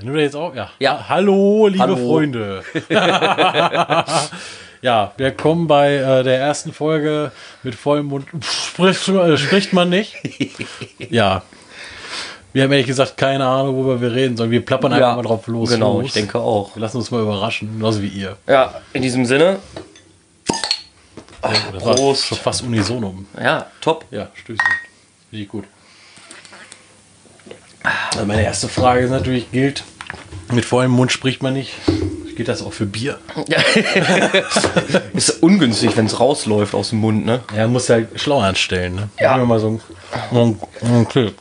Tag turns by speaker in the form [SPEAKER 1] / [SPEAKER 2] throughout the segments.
[SPEAKER 1] Nehmen wir jetzt auch, ja.
[SPEAKER 2] Ja.
[SPEAKER 1] Hallo, liebe
[SPEAKER 2] Hallo.
[SPEAKER 1] Freunde. ja, wir kommen bei äh, der ersten Folge mit vollem Mund. Spricht, äh, spricht man nicht? ja. Wir haben ehrlich gesagt keine Ahnung, worüber wir reden sollen. Wir plappern einfach
[SPEAKER 2] Ja,
[SPEAKER 1] mal halt drauf los.
[SPEAKER 2] genau,
[SPEAKER 1] los.
[SPEAKER 2] ich denke auch.
[SPEAKER 1] Wir lassen uns mal überraschen, genauso wie ihr.
[SPEAKER 2] Ja, in diesem Sinne,
[SPEAKER 1] Das
[SPEAKER 2] Prost.
[SPEAKER 1] schon fast unisonum.
[SPEAKER 2] ja, top.
[SPEAKER 1] Ja, Stößchen. Finde ich gut. Also meine erste Frage ist natürlich, gilt, mit vollem Mund spricht man nicht. Gilt das auch für Bier?
[SPEAKER 2] Ist ungünstig, wenn es rausläuft aus dem Mund, ne?
[SPEAKER 1] Ja, muss ja schlau anstellen, ne?
[SPEAKER 2] Ja.
[SPEAKER 1] Nehmen wir Mal so ein, ein Clip.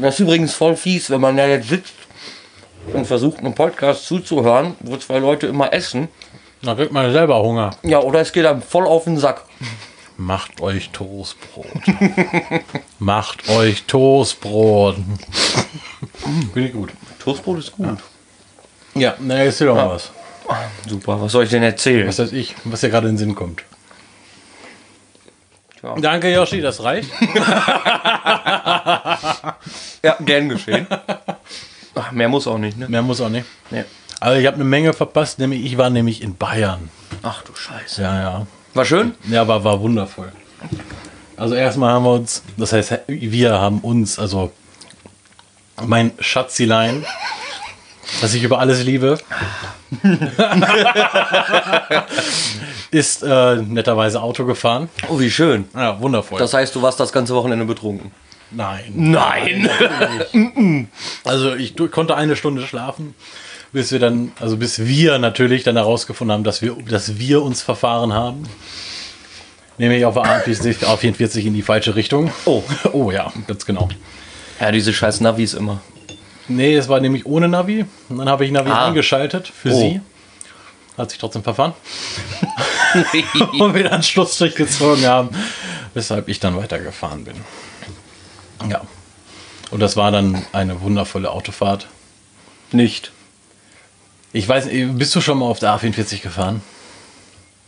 [SPEAKER 2] Das ist übrigens voll fies, wenn man da jetzt sitzt und versucht, einem Podcast zuzuhören, wo zwei Leute immer essen.
[SPEAKER 1] Da kriegt man selber Hunger.
[SPEAKER 2] Ja, oder es geht einem voll auf den Sack.
[SPEAKER 1] Macht euch Toastbrot. Macht euch Toastbrot. Finde ich gut.
[SPEAKER 2] Toastbrot ist gut.
[SPEAKER 1] Ja, na, jetzt doch mal was.
[SPEAKER 2] Super, was soll ich denn erzählen?
[SPEAKER 1] Was weiß ich, was dir gerade in den Sinn kommt.
[SPEAKER 2] Ja.
[SPEAKER 1] Danke, Yoshi, das reicht.
[SPEAKER 2] Ja, gern geschehen. Ach, mehr muss auch nicht, ne?
[SPEAKER 1] Mehr muss auch nicht.
[SPEAKER 2] Nee.
[SPEAKER 1] Also ich habe eine Menge verpasst, nämlich ich war nämlich in Bayern.
[SPEAKER 2] Ach du Scheiße.
[SPEAKER 1] Ja, ja.
[SPEAKER 2] War schön?
[SPEAKER 1] Ja, war, war wundervoll. Also erstmal haben wir uns, das heißt, wir haben uns, also mein Schatzilein, das ich über alles liebe, ist äh, netterweise Auto gefahren.
[SPEAKER 2] Oh, wie schön.
[SPEAKER 1] Ja, wundervoll.
[SPEAKER 2] Das heißt, du warst das ganze Wochenende betrunken.
[SPEAKER 1] Nein.
[SPEAKER 2] Nein!
[SPEAKER 1] Also ich du- konnte eine Stunde schlafen, bis wir dann, also bis wir natürlich dann herausgefunden haben, dass wir, dass wir uns verfahren haben. Nämlich auf der A44 A44 in die falsche Richtung.
[SPEAKER 2] Oh.
[SPEAKER 1] oh ja, ganz genau.
[SPEAKER 2] Ja, diese scheiß Navis immer.
[SPEAKER 1] Nee, es war nämlich ohne Navi. Und dann habe ich Navi
[SPEAKER 2] Ah.
[SPEAKER 1] eingeschaltet für
[SPEAKER 2] Oh.
[SPEAKER 1] sie. Hat sich trotzdem verfahren. Und wir dann Schlussstrich gezogen haben, weshalb ich dann weitergefahren bin. Ja. Und das war dann eine wundervolle Autofahrt.
[SPEAKER 2] Nicht.
[SPEAKER 1] Ich weiß, nicht, bist du schon mal auf der A44 gefahren?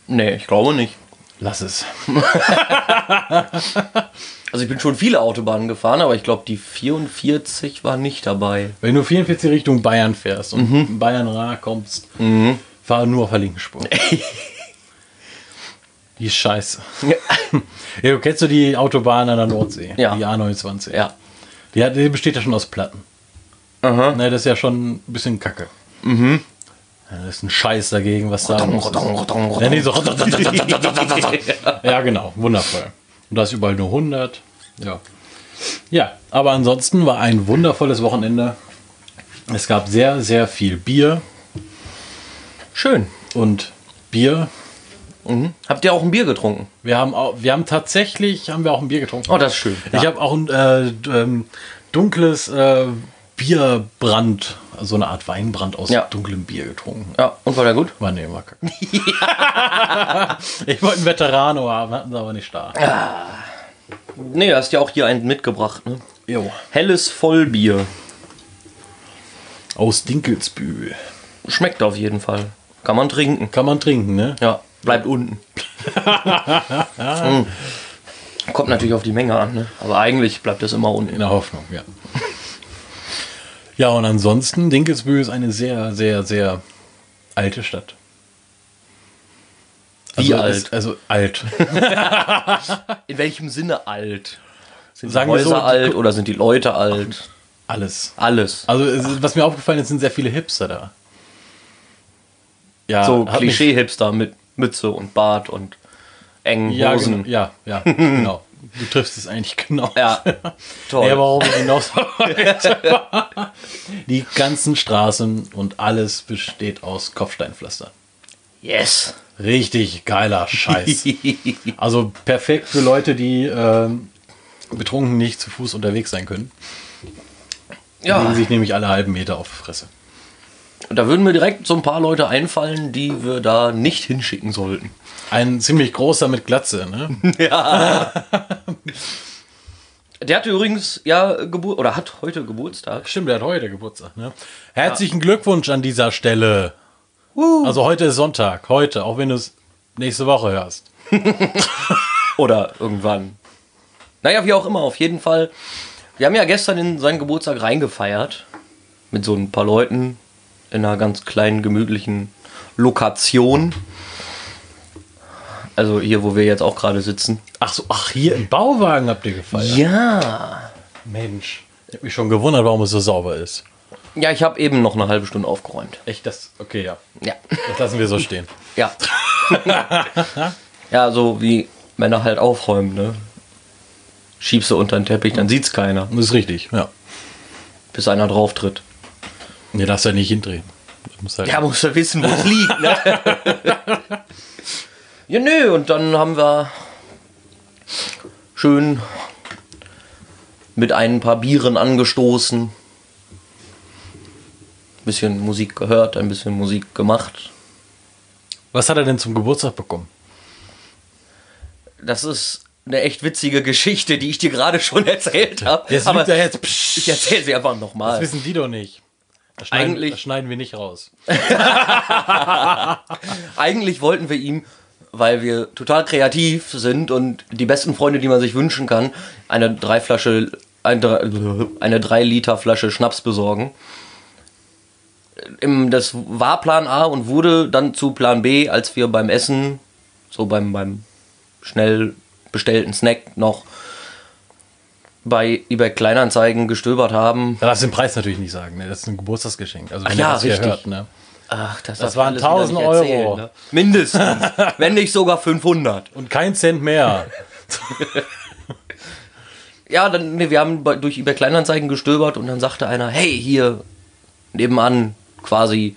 [SPEAKER 2] Nee, ich glaube nicht.
[SPEAKER 1] Lass es.
[SPEAKER 2] Also ich bin schon viele Autobahnen gefahren, aber ich glaube, die 44 war nicht dabei.
[SPEAKER 1] Wenn du 44 Richtung Bayern fährst und
[SPEAKER 2] Mhm.
[SPEAKER 1] in Bayern rar kommst, fahr nur auf der linken Spur. die ist scheiße. Ja, du kennst du die Autobahn an der Nordsee?
[SPEAKER 2] Ja.
[SPEAKER 1] Die A29.
[SPEAKER 2] Ja.
[SPEAKER 1] Die, hat, die besteht ja schon aus Platten.
[SPEAKER 2] Aha. Mhm.
[SPEAKER 1] Ne, das ist ja schon ein bisschen kacke. Ja, das ist ein Scheiß dagegen, was da. los ist. Ja, nee, so. ja, genau. Wundervoll. Und da ist überall nur 100. Ja. Ja, aber ansonsten war ein wundervolles Wochenende. Es gab sehr, sehr viel Bier
[SPEAKER 2] Schön.
[SPEAKER 1] und Bier.
[SPEAKER 2] Mhm. Habt ihr auch ein Bier getrunken?
[SPEAKER 1] Wir haben, auch, wir haben tatsächlich haben wir auch ein Bier getrunken.
[SPEAKER 2] Oh, das ist schön.
[SPEAKER 1] Ich habe auch ein äh, d- ähm, dunkles äh, Bierbrand, also eine Art Weinbrand aus
[SPEAKER 2] Ja.
[SPEAKER 1] dunklem Bier getrunken.
[SPEAKER 2] Ja, und war der gut?
[SPEAKER 1] War nee, war kacke. ich wollte einen Veterano haben, hatten sie aber nicht da.
[SPEAKER 2] Nee, hast ja auch hier einen mitgebracht, ne?
[SPEAKER 1] Jo.
[SPEAKER 2] Helles Vollbier.
[SPEAKER 1] Aus Dinkelsbühl.
[SPEAKER 2] Schmeckt auf jeden Fall. Kann man trinken.
[SPEAKER 1] Kann man trinken, ne?
[SPEAKER 2] Ja, bleibt unten. Mhm. Kommt natürlich auf die Menge an, ne? Aber eigentlich bleibt das immer unten.
[SPEAKER 1] In der Hoffnung, ja. ja, und ansonsten, Dinkelsbühl ist eine sehr, sehr, sehr alte Stadt.
[SPEAKER 2] Wie
[SPEAKER 1] also,
[SPEAKER 2] alt?
[SPEAKER 1] ist- Also alt.
[SPEAKER 2] In welchem Sinne alt? Sind
[SPEAKER 1] Sagen
[SPEAKER 2] die
[SPEAKER 1] wir
[SPEAKER 2] Häuser
[SPEAKER 1] so, die-
[SPEAKER 2] alt oder sind die Leute alt?
[SPEAKER 1] Alles.
[SPEAKER 2] Alles.
[SPEAKER 1] Also, es ist- was mir aufgefallen ist, sind sehr viele Hipster da. Ja,
[SPEAKER 2] so
[SPEAKER 1] hat mich-
[SPEAKER 2] Klischee-Hipster mit Mütze und Bart und engen
[SPEAKER 1] Ja,
[SPEAKER 2] Hosen.
[SPEAKER 1] genau, ja, ja, genau. Du triffst es eigentlich genau.
[SPEAKER 2] Ja, toll.
[SPEAKER 1] Nee, aber warum ich hinaus wollte. Die ganzen Straßen und alles besteht aus Kopfsteinpflaster.
[SPEAKER 2] yes.
[SPEAKER 1] Richtig geiler Scheiß. Also perfekt für Leute, die ähm, betrunken nicht zu Fuß unterwegs sein können. Die
[SPEAKER 2] Ja.
[SPEAKER 1] legen sich nämlich alle halben Meter auf die Fresse.
[SPEAKER 2] Und da würden mir direkt so ein paar Leute einfallen, die wir da nicht hinschicken sollten.
[SPEAKER 1] Ein ziemlich großer mit Glatze, ne?
[SPEAKER 2] Der hatte übrigens ja Geburt oder hat heute Geburtstag.
[SPEAKER 1] Stimmt, der hat heute Geburtstag, ne? Herzlichen Glückwunsch an dieser Stelle. Also heute ist Sonntag, heute, auch wenn du es nächste Woche hörst.
[SPEAKER 2] Oder irgendwann. Naja, wie auch immer, auf jeden Fall. Wir haben ja gestern in seinen Geburtstag reingefeiert. mit so ein paar Leuten in einer ganz kleinen, gemütlichen Lokation. Also hier, wo wir jetzt auch gerade sitzen.
[SPEAKER 1] Ach so, ach, hier im Bauwagen habt ihr gefeiert.
[SPEAKER 2] Ja.
[SPEAKER 1] Mensch, ich hab mich schon gewundert, warum es so sauber ist.
[SPEAKER 2] Ja, ich habe eben noch eine halbe Stunde aufgeräumt.
[SPEAKER 1] Echt, das, okay, ja.
[SPEAKER 2] Ja.
[SPEAKER 1] Das lassen wir so stehen.
[SPEAKER 2] Ja. ja, so wie Männer halt aufräumen, ne? Schiebst du unter den Teppich, dann sieht's keiner,
[SPEAKER 1] Das ist richtig, ja.
[SPEAKER 2] bis einer drauf tritt.
[SPEAKER 1] Ihr darfst ja nicht hindrehen. Du musst halt-
[SPEAKER 2] Ja, musst du wissen, wo es liegt, ne? ja, nö, und dann haben wir schön mit ein paar Bieren angestoßen. Bisschen Musik gehört, ein bisschen Musik gemacht.
[SPEAKER 1] Was hat er denn zum Geburtstag bekommen?
[SPEAKER 2] Das ist eine echt witzige Geschichte, die ich dir gerade schon erzählt habe.
[SPEAKER 1] Jetzt
[SPEAKER 2] Aber
[SPEAKER 1] lügt er jetzt.
[SPEAKER 2] ich erzähle sie einfach
[SPEAKER 1] Das
[SPEAKER 2] nochmal.
[SPEAKER 1] wissen die doch nicht. Das schneiden,
[SPEAKER 2] Eigentlich-
[SPEAKER 1] das schneiden wir nicht raus.
[SPEAKER 2] Eigentlich wollten wir ihm, weil wir total kreativ sind und die besten Freunde, die man sich wünschen kann, eine drei Flasche, ein, drei- eine 3 Liter Flasche Schnaps besorgen. Im, das war Plan A und wurde dann zu Plan B, als wir beim Essen, so beim, beim schnell bestellten Snack noch bei eBay Kleinanzeigen gestöbert haben.
[SPEAKER 1] Da darfst du den Preis natürlich nicht sagen. Ne? Das ist ein Geburtstagsgeschenk. Also, wenn
[SPEAKER 2] ja,
[SPEAKER 1] ihr das hier
[SPEAKER 2] richtig.
[SPEAKER 1] hört, ne?
[SPEAKER 2] Ach, das,
[SPEAKER 1] Das
[SPEAKER 2] darf
[SPEAKER 1] waren
[SPEAKER 2] man alles
[SPEAKER 1] 1000
[SPEAKER 2] wieder nicht erzählen,
[SPEAKER 1] Euro.
[SPEAKER 2] ne? Mindestens. wenn nicht sogar 500.
[SPEAKER 1] Und kein Cent mehr.
[SPEAKER 2] Ja, dann, nee, wir haben bei- durch eBay Kleinanzeigen gestöbert und dann sagte einer, hey, hier nebenan quasi,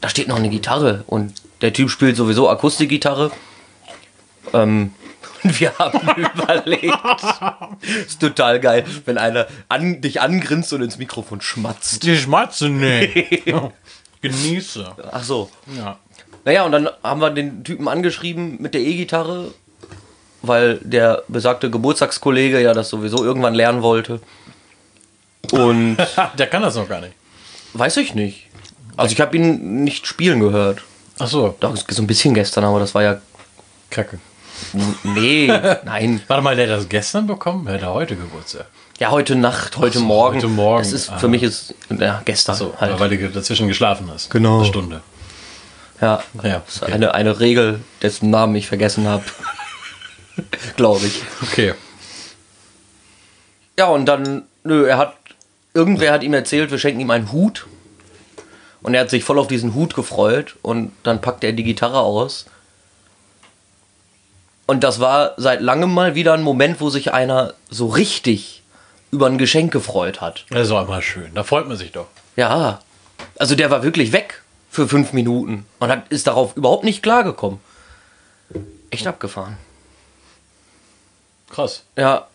[SPEAKER 2] da steht noch eine Gitarre und der Typ spielt sowieso Akustikgitarre. Ähm, und wir haben überlegt. Ist total geil, wenn einer an, dich angrinst und ins Mikrofon schmatzt.
[SPEAKER 1] Die schmatzen nicht. Genieße.
[SPEAKER 2] Ach so.
[SPEAKER 1] Ja.
[SPEAKER 2] Naja, und dann haben wir den Typen angeschrieben mit der E-Gitarre, weil der besagte Geburtstagskollege ja das sowieso irgendwann lernen wollte. Und
[SPEAKER 1] Ha, Der kann das noch gar nicht.
[SPEAKER 2] weiß ich nicht. Also ich habe ihn nicht spielen gehört.
[SPEAKER 1] Ach so,
[SPEAKER 2] Doch, so ein bisschen gestern, aber das war ja.
[SPEAKER 1] kacke.
[SPEAKER 2] Nee, nein.
[SPEAKER 1] Warte mal, der hat das gestern bekommen? Wer hat er heute Geburtstag?
[SPEAKER 2] Ja, heute Nacht, heute Morgen.
[SPEAKER 1] heute Morgen.
[SPEAKER 2] Das ist
[SPEAKER 1] Ah.
[SPEAKER 2] für mich ist. Ja, gestern
[SPEAKER 1] So,
[SPEAKER 2] halt.
[SPEAKER 1] weil du ge- dazwischen geschlafen hast.
[SPEAKER 2] Genau.
[SPEAKER 1] Eine Stunde.
[SPEAKER 2] Ja.
[SPEAKER 1] Ja,
[SPEAKER 2] Das ist
[SPEAKER 1] okay.
[SPEAKER 2] eine, eine Regel, dessen Namen ich vergessen habe. Glaube ich.
[SPEAKER 1] okay.
[SPEAKER 2] Ja, und dann, nö, er hat, irgendwer hat ihm erzählt, wir schenken ihm einen Hut. Und er hat sich voll auf diesen Hut gefreut. Und dann packte er die Gitarre aus. Und das war seit langem mal wieder ein Moment, wo sich einer so richtig über ein Geschenk gefreut hat.
[SPEAKER 1] Das ist auch immer schön. Da freut man sich doch.
[SPEAKER 2] Ja, also der war wirklich weg für fünf Minuten und hat, ist darauf überhaupt nicht klargekommen. Echt abgefahren.
[SPEAKER 1] Krass.
[SPEAKER 2] Ja,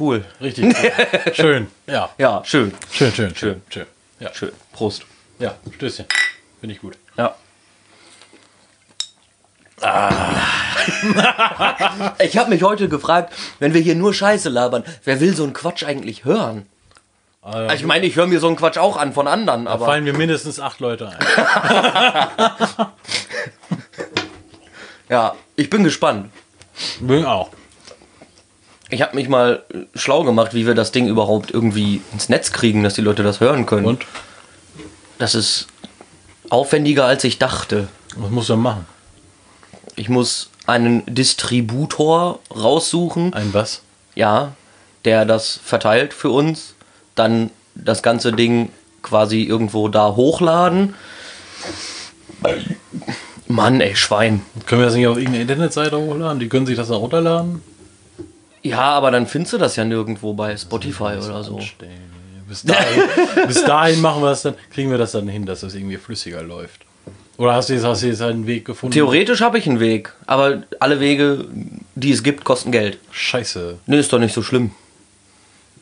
[SPEAKER 2] cool.
[SPEAKER 1] Richtig. cool. schön. Ja.
[SPEAKER 2] Ja, schön.
[SPEAKER 1] Schön, schön, schön, schön. Ja,
[SPEAKER 2] Schön. Prost.
[SPEAKER 1] ja. Stößchen. Finde ich gut.
[SPEAKER 2] Ja. Ah. Ich habe mich heute gefragt, wenn wir hier nur Scheiße labern, wer will so einen Quatsch eigentlich hören?
[SPEAKER 1] Also,
[SPEAKER 2] Also ich meine, ich höre mir so einen Quatsch auch an von anderen,
[SPEAKER 1] da
[SPEAKER 2] aber
[SPEAKER 1] fallen mir mindestens acht Leute ein.
[SPEAKER 2] ja, ich bin gespannt.
[SPEAKER 1] Bin auch.
[SPEAKER 2] Ich habe mich mal äh, schlau gemacht, wie wir das Ding überhaupt irgendwie ins Netz kriegen, dass die Leute das hören können.
[SPEAKER 1] Und?
[SPEAKER 2] Das ist aufwendiger, als ich dachte.
[SPEAKER 1] Was muss man machen?
[SPEAKER 2] Ich muss einen Distributor raussuchen,
[SPEAKER 1] Ein was?
[SPEAKER 2] ja, der das verteilt für uns, dann das ganze Ding quasi irgendwo da hochladen. Mann, ey, Schwein.
[SPEAKER 1] Können wir das nicht auf irgendeine Internetseite hochladen? Die können sich das dann runterladen?
[SPEAKER 2] Ja, aber dann findest du das ja nirgendwo bei Spotify oder so.
[SPEAKER 1] Anstellen. Bis dahin, bis dahin machen wir das dann, kriegen wir das dann hin, dass das irgendwie flüssiger läuft. Oder hast du jetzt, hast du jetzt einen Weg gefunden?
[SPEAKER 2] Theoretisch habe ich einen Weg, aber alle Wege, die es gibt, kosten Geld.
[SPEAKER 1] Scheiße.
[SPEAKER 2] Nö, ist doch nicht so schlimm.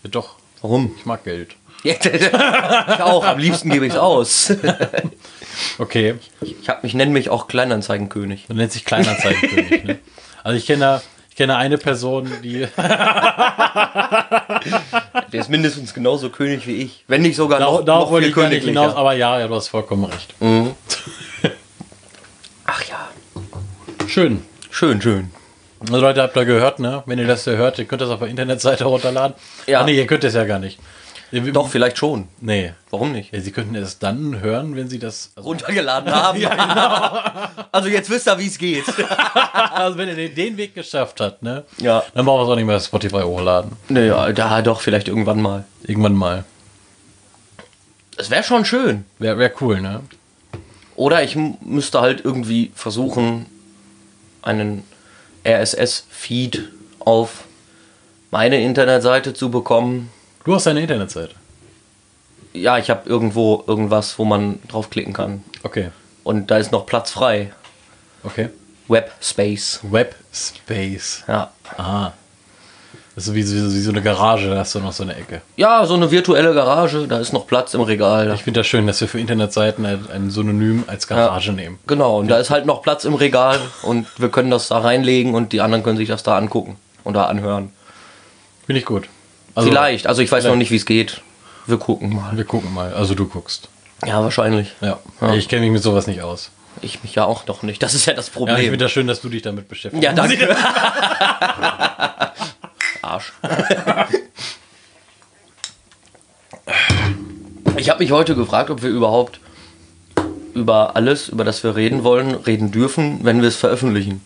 [SPEAKER 1] Ja, doch,
[SPEAKER 2] Warum?
[SPEAKER 1] ich mag Geld.
[SPEAKER 2] ich auch, am liebsten gebe ich es aus.
[SPEAKER 1] Okay.
[SPEAKER 2] Ich, hab, ich nenne mich auch Kleinanzeigenkönig.
[SPEAKER 1] Man nennt sich Kleinanzeigenkönig. ne? Also ich kenne, da- ich kenne eine Person, die
[SPEAKER 2] Der ist mindestens genauso König wie ich. Wenn nicht sogar
[SPEAKER 1] darauf
[SPEAKER 2] noch,
[SPEAKER 1] darauf
[SPEAKER 2] noch
[SPEAKER 1] wollte
[SPEAKER 2] viel
[SPEAKER 1] ich gar nicht
[SPEAKER 2] königlicher.
[SPEAKER 1] hinaus, aber ja, ja, du hast vollkommen recht.
[SPEAKER 2] Ach ja.
[SPEAKER 1] Schön.
[SPEAKER 2] Schön, schön.
[SPEAKER 1] Also Leute, habt ihr gehört, ne? Wenn ihr das hier hört, ihr könnt das auf der Internetseite runterladen.
[SPEAKER 2] Ja.
[SPEAKER 1] Ach nee, ihr könnt das ja gar nicht. Ja, wir-
[SPEAKER 2] Doch, vielleicht schon.
[SPEAKER 1] Nee.
[SPEAKER 2] Warum nicht?
[SPEAKER 1] Ja, Sie könnten es dann hören, wenn Sie das. Also,
[SPEAKER 2] Runtergeladen haben. Also jetzt wisst ihr, wie es geht.
[SPEAKER 1] also wenn er den, den Weg geschafft hat, ne?
[SPEAKER 2] Ja.
[SPEAKER 1] Dann brauchen wir es auch nicht mehr auf Spotify hochladen.
[SPEAKER 2] Naja, da doch, vielleicht irgendwann mal.
[SPEAKER 1] Irgendwann mal.
[SPEAKER 2] Das wäre schon schön.
[SPEAKER 1] Wäre wär cool, ne?
[SPEAKER 2] Oder ich m- müsste halt irgendwie versuchen, einen RSS-Feed auf meine Internetseite zu bekommen.
[SPEAKER 1] Du hast deine Internetseite.
[SPEAKER 2] Ja, ich habe irgendwo irgendwas, wo man draufklicken kann.
[SPEAKER 1] Okay.
[SPEAKER 2] Und da ist noch Platz frei.
[SPEAKER 1] Okay.
[SPEAKER 2] Webspace.
[SPEAKER 1] Webspace.
[SPEAKER 2] Ja.
[SPEAKER 1] Aha. Das ist wie, so- wie so eine Garage, da hast du noch so eine Ecke.
[SPEAKER 2] ja, so eine virtuelle Garage, da ist noch Platz im Regal.
[SPEAKER 1] Ich finde das schön, dass wir für Internetseiten ein, ein Synonym als Garage nehmen.
[SPEAKER 2] Genau, und da ist halt noch Platz im Regal und wir können das da reinlegen und die anderen können sich das da angucken und da anhören.
[SPEAKER 1] Finde ich gut. Also,
[SPEAKER 2] vielleicht, also ich weiß noch
[SPEAKER 1] vielleicht.
[SPEAKER 2] nicht, wie es geht. Wir gucken mal.
[SPEAKER 1] Wir gucken mal. Also du guckst.
[SPEAKER 2] Ja, wahrscheinlich.
[SPEAKER 1] Ja.
[SPEAKER 2] Ja.
[SPEAKER 1] Ich kenne mich mit sowas nicht aus.
[SPEAKER 2] Ich mich ja auch noch nicht. Das ist ja das
[SPEAKER 1] Ja, ich
[SPEAKER 2] Problem.
[SPEAKER 1] finde das schön, dass du dich damit beschäftigst.
[SPEAKER 2] Ja, danke. Arsch. Ich habe mich heute gefragt, ob wir überhaupt über alles, über das wir reden wollen, reden dürfen, wenn wir es veröffentlichen.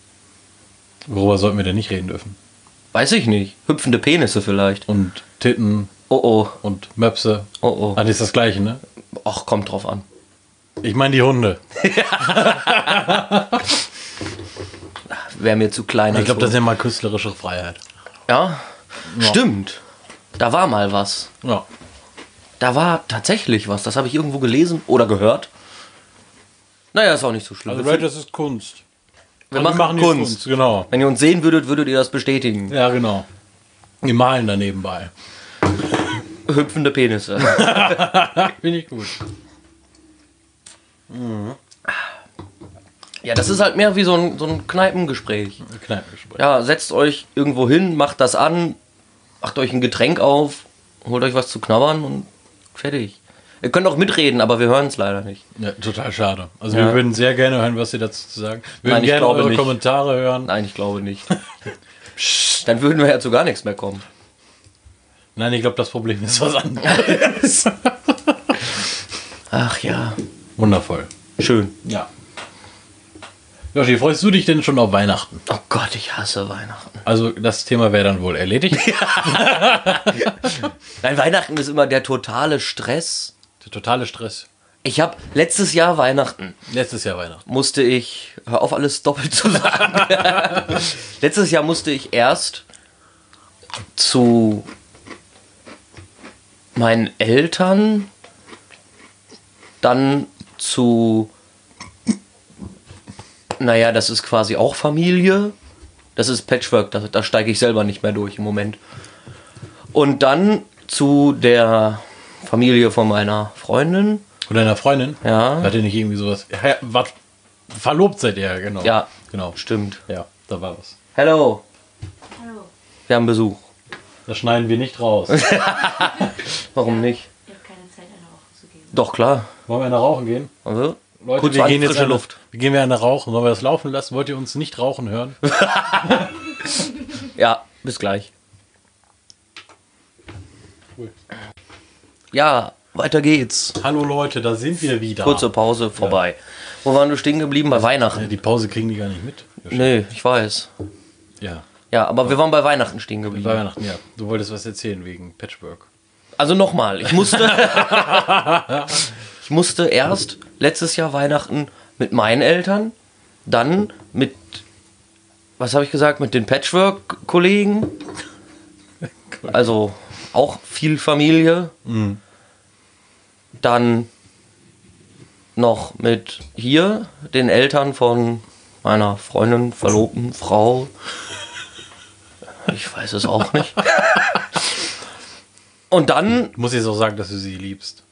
[SPEAKER 1] Worüber sollten wir denn nicht reden dürfen?
[SPEAKER 2] Weiß ich nicht. Hüpfende Penisse vielleicht.
[SPEAKER 1] Und Titten
[SPEAKER 2] Oh
[SPEAKER 1] und Möpse.
[SPEAKER 2] Oh, oh.
[SPEAKER 1] Ah, das ist das Gleiche, ne?
[SPEAKER 2] oh. Ach, kommt drauf an.
[SPEAKER 1] Ich meine die Hunde.
[SPEAKER 2] Wäre mir zu klein.
[SPEAKER 1] Ich
[SPEAKER 2] als
[SPEAKER 1] glaube, das ist
[SPEAKER 2] so.
[SPEAKER 1] ja mal künstlerische Freiheit.
[SPEAKER 2] ja. Stimmt. Da war mal was.
[SPEAKER 1] Ja.
[SPEAKER 2] Da war tatsächlich was. Das habe ich irgendwo gelesen oder gehört. Naja, ist auch nicht so schlimm.
[SPEAKER 1] Also
[SPEAKER 2] wir
[SPEAKER 1] Red, das ist Kunst. Also,
[SPEAKER 2] wir
[SPEAKER 1] Und
[SPEAKER 2] machen,
[SPEAKER 1] die
[SPEAKER 2] Kunst.
[SPEAKER 1] Genau.
[SPEAKER 2] Wenn ihr uns sehen würdet, würdet ihr das bestätigen.
[SPEAKER 1] Ja, genau. Die malen da nebenbei.
[SPEAKER 2] Hüpfende Penisse.
[SPEAKER 1] Finde ich gut.
[SPEAKER 2] ja, das ist halt mehr wie so ein, so ein Kneipengespräch.
[SPEAKER 1] Kneipengespräch.
[SPEAKER 2] Ja, setzt euch irgendwo hin, macht das an, macht euch ein Getränk auf, holt euch was zu knabbern und fertig. Ihr könnt auch mitreden, aber wir hören es leider nicht.
[SPEAKER 1] Ja, total schade. Also
[SPEAKER 2] Ja.
[SPEAKER 1] wir würden sehr gerne hören, was Sie dazu zu sagen. Wir würden
[SPEAKER 2] Nein, ich
[SPEAKER 1] gerne
[SPEAKER 2] glaube
[SPEAKER 1] eure
[SPEAKER 2] nicht.
[SPEAKER 1] Kommentare hören.
[SPEAKER 2] Nein, ich glaube nicht. Dann würden wir ja zu gar nichts mehr kommen.
[SPEAKER 1] Nein, ich glaube, das Problem ist was anderes.
[SPEAKER 2] Ach ja.
[SPEAKER 1] Wundervoll.
[SPEAKER 2] Schön.
[SPEAKER 1] Ja. Joshi, freust du dich denn schon auf Weihnachten?
[SPEAKER 2] Oh Gott, ich hasse Weihnachten.
[SPEAKER 1] Also das Thema wäre dann wohl erledigt.
[SPEAKER 2] Nein, Weihnachten ist immer der totale Stress.
[SPEAKER 1] Der totale Stress.
[SPEAKER 2] Ich habe letztes Jahr Weihnachten
[SPEAKER 1] Letztes Jahr Weihnachten.
[SPEAKER 2] musste ich, hör auf alles doppelt zu sagen. letztes Jahr musste ich erst zu meinen Eltern, dann zu, naja, das ist quasi auch Familie. Das ist Patchwork, da, da steige ich selber nicht mehr durch im Moment. Und dann zu der Familie von meiner Freundin.
[SPEAKER 1] Und deiner Freundin?
[SPEAKER 2] Ja.
[SPEAKER 1] Hat ihr nicht irgendwie sowas? Ja, wart, verlobt seid ihr, genau.
[SPEAKER 2] Ja.
[SPEAKER 1] Genau.
[SPEAKER 2] Stimmt.
[SPEAKER 1] Ja, da war was.
[SPEAKER 2] Hallo,
[SPEAKER 3] Hallo.
[SPEAKER 2] wir haben Besuch.
[SPEAKER 1] Das schneiden wir nicht raus.
[SPEAKER 2] Warum nicht?
[SPEAKER 3] Ich habe keine Zeit, eine Woche zu geben.
[SPEAKER 2] Doch, klar.
[SPEAKER 1] Wollen wir eine rauchen gehen?
[SPEAKER 2] Also,
[SPEAKER 1] Leute,
[SPEAKER 2] kurz
[SPEAKER 1] wir
[SPEAKER 2] an
[SPEAKER 1] gehen jetzt
[SPEAKER 2] frische
[SPEAKER 1] eine,
[SPEAKER 2] Luft.
[SPEAKER 1] Wir gehen wir eine rauchen. Sollen wir das laufen lassen? Wollt ihr uns nicht rauchen hören?
[SPEAKER 2] Ja, bis gleich.
[SPEAKER 1] Cool.
[SPEAKER 2] Ja, weiter geht's.
[SPEAKER 1] Hallo Leute, da sind wir wieder.
[SPEAKER 2] Kurze Pause, vorbei. Wo waren wir stehen geblieben? Bei Weihnachten.
[SPEAKER 1] Äh, Die Pause kriegen die gar nicht mit.
[SPEAKER 2] Nee, ich weiß.
[SPEAKER 1] Ja.
[SPEAKER 2] Ja, aber wir waren bei Weihnachten stehen
[SPEAKER 1] Bei
[SPEAKER 2] geblieben.
[SPEAKER 1] Weihnachten, ja. Du wolltest was erzählen wegen Patchwork.
[SPEAKER 2] Also nochmal, ich musste. ich musste erst letztes Jahr Weihnachten mit meinen Eltern, dann mit. Was habe ich gesagt? Mit den Patchwork-Kollegen. Also auch viel Familie. Dann noch mit hier den Eltern von meiner Freundin, Verlobten, Frau. Ich weiß es auch nicht. Und dann
[SPEAKER 1] Du musst jetzt auch sagen, dass du sie liebst.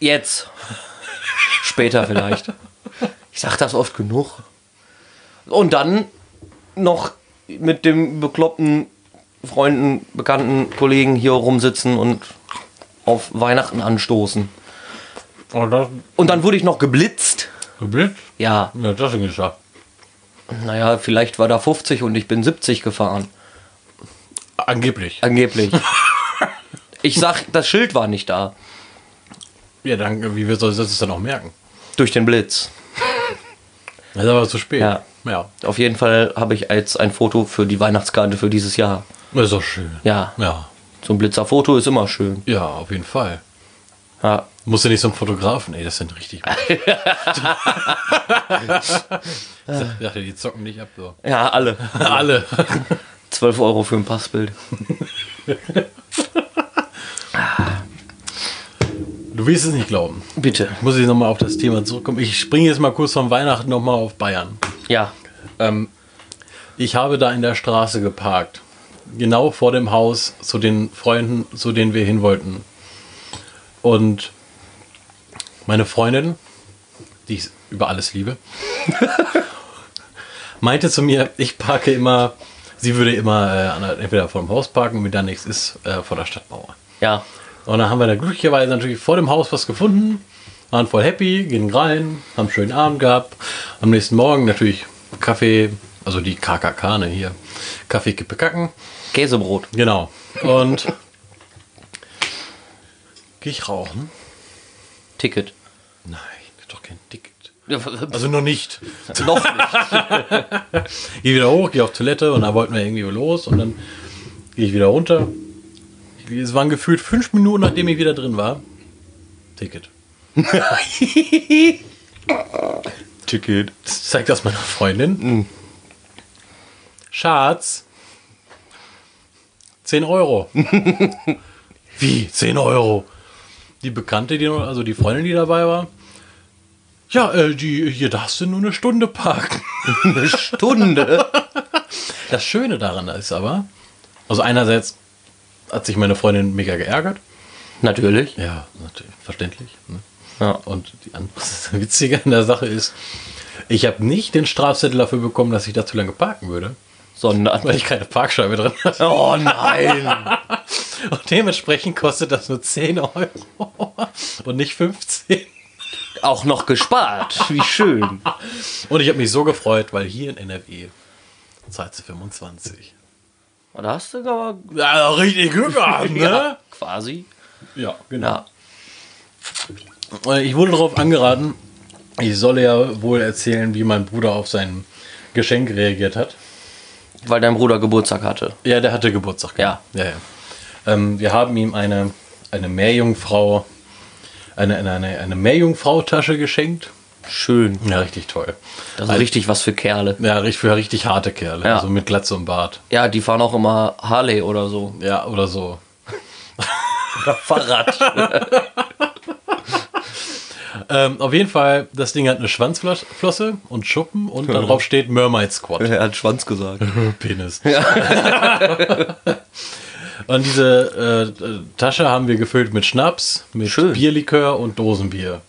[SPEAKER 2] jetzt. Später vielleicht. Ich sag das oft genug. Und dann noch mit dem bekloppten Freunden, Bekannten, Kollegen hier rumsitzen und auf Weihnachten anstoßen.
[SPEAKER 1] Oh, das
[SPEAKER 2] Und dann wurde ich noch geblitzt.
[SPEAKER 1] geblitzt?
[SPEAKER 2] Ja,
[SPEAKER 1] Ja, das schon geschafft.
[SPEAKER 2] naja, vielleicht war da 50 und ich bin 70 gefahren.
[SPEAKER 1] Angeblich.
[SPEAKER 2] Angeblich. Ich sag, das Schild war nicht da.
[SPEAKER 1] Ja, dann, wie wir soll das dann auch merken?
[SPEAKER 2] Durch den Blitz.
[SPEAKER 1] Das ist aber zu spät.
[SPEAKER 2] Ja.
[SPEAKER 1] ja.
[SPEAKER 2] Auf jeden Fall habe ich jetzt ein Foto für die Weihnachtskarte für dieses Jahr.
[SPEAKER 1] Das ist doch schön.
[SPEAKER 2] Ja.
[SPEAKER 1] Ja.
[SPEAKER 2] So ein Blitzerfoto ist immer schön.
[SPEAKER 1] Ja, auf jeden Fall.
[SPEAKER 2] Ja.
[SPEAKER 1] Musst du nicht so einen Fotografen, ey, das sind richtig. ich dachte, die zocken nicht ab. So.
[SPEAKER 2] Ja, alle.
[SPEAKER 1] Alle.
[SPEAKER 2] 12 Euro für ein Passbild.
[SPEAKER 1] Du willst es nicht glauben.
[SPEAKER 2] Bitte.
[SPEAKER 1] Muss ich nochmal auf das Thema zurückkommen. Ich springe jetzt mal kurz von Weihnachten nochmal auf Bayern.
[SPEAKER 2] Ja.
[SPEAKER 1] Ähm, ich habe da in der Straße geparkt. Genau vor dem Haus zu den Freunden, zu denen wir hin wollten. Und meine Freundin, die ich über alles liebe, meinte zu mir, ich parke immer, sie würde immer äh, an der- entweder vor dem Haus parken und wenn da nichts ist, äh, vor der Stadtmauer.
[SPEAKER 2] Ja.
[SPEAKER 1] Und dann haben wir da glücklicherweise natürlich vor dem Haus was gefunden, waren voll happy, gingen rein, haben einen schönen Abend gehabt. Am nächsten Morgen natürlich Kaffee, also die KKK, ne, hier, Kaffee kippe kacken.
[SPEAKER 2] Käsebrot.
[SPEAKER 1] Genau. Und gehe ich rauchen?
[SPEAKER 2] Ticket.
[SPEAKER 1] Nein, das ist doch kein Ticket.
[SPEAKER 2] Also
[SPEAKER 1] Also noch nicht.
[SPEAKER 2] noch nicht.
[SPEAKER 1] Gehe wieder hoch, gehe auf Toilette und dann wollten wir irgendwie los und dann gehe ich wieder runter. Es waren gefühlt fünf Minuten, nachdem ich wieder drin war. Ticket.
[SPEAKER 2] Ticket.
[SPEAKER 1] Das zeigt das meiner Freundin. Schatz. 10 Euro. Wie? 10 Euro? Die Bekannte, die, also die Freundin, die dabei war. Ja, äh, die, hier darfst du nur eine Stunde parken.
[SPEAKER 2] Eine Stunde.
[SPEAKER 1] Das Schöne daran ist aber, also einerseits hat sich meine Freundin mega geärgert.
[SPEAKER 2] Natürlich.
[SPEAKER 1] Ja, natürlich, verständlich. Ne?
[SPEAKER 2] Ja.
[SPEAKER 1] Und die andere das Witzige an der Sache ist, ich habe nicht den Strafzettel dafür bekommen, dass ich da zu lange parken würde, weil
[SPEAKER 2] Sondern.
[SPEAKER 1] ich keine Parkscheibe drin hatte.
[SPEAKER 2] Oh nein.
[SPEAKER 1] Und dementsprechend kostet das nur 10 Euro und nicht 15.
[SPEAKER 2] Auch noch gespart. Wie schön.
[SPEAKER 1] Und ich habe mich so gefreut, weil hier in E NRW zahlt sie 25.
[SPEAKER 2] Da hast du aber
[SPEAKER 1] Ja, richtig Glück gehabt, ne?
[SPEAKER 2] ja, quasi.
[SPEAKER 1] Ja, genau.
[SPEAKER 2] Ja.
[SPEAKER 1] Und Äh, Ich wurde darauf angeraten, ich solle ja wohl erzählen, wie mein Bruder auf sein Geschenk reagiert hat.
[SPEAKER 2] Weil dein Bruder Geburtstag hatte.
[SPEAKER 1] Ja, der hatte Geburtstag. genau. ja, ja. Ähm, wir haben ihm eine, eine Meerjungfrau, eine, eine, eine, eine Meerjungfrau-Tasche geschenkt.
[SPEAKER 2] Schön.
[SPEAKER 1] Ja, richtig toll.
[SPEAKER 2] Das ist richtig was für Kerle.
[SPEAKER 1] Ja, richtig, für richtig harte Kerle.
[SPEAKER 2] Ja.
[SPEAKER 1] Also mit Glatze und Bart.
[SPEAKER 2] Ja, die fahren auch immer Harley oder so.
[SPEAKER 1] Ja, oder so.
[SPEAKER 2] Oder Fahrrad.
[SPEAKER 1] Ähm, auf jeden Fall, das Ding hat eine Schwanzflosse und Schuppen und darauf steht Mermaid Squad.
[SPEAKER 2] er hat Schwanz gesagt.
[SPEAKER 1] Penis. und diese äh, äh, Tasche haben wir gefüllt mit Schnaps, mit
[SPEAKER 2] Schön.
[SPEAKER 1] Bierlikör und Dosenbier.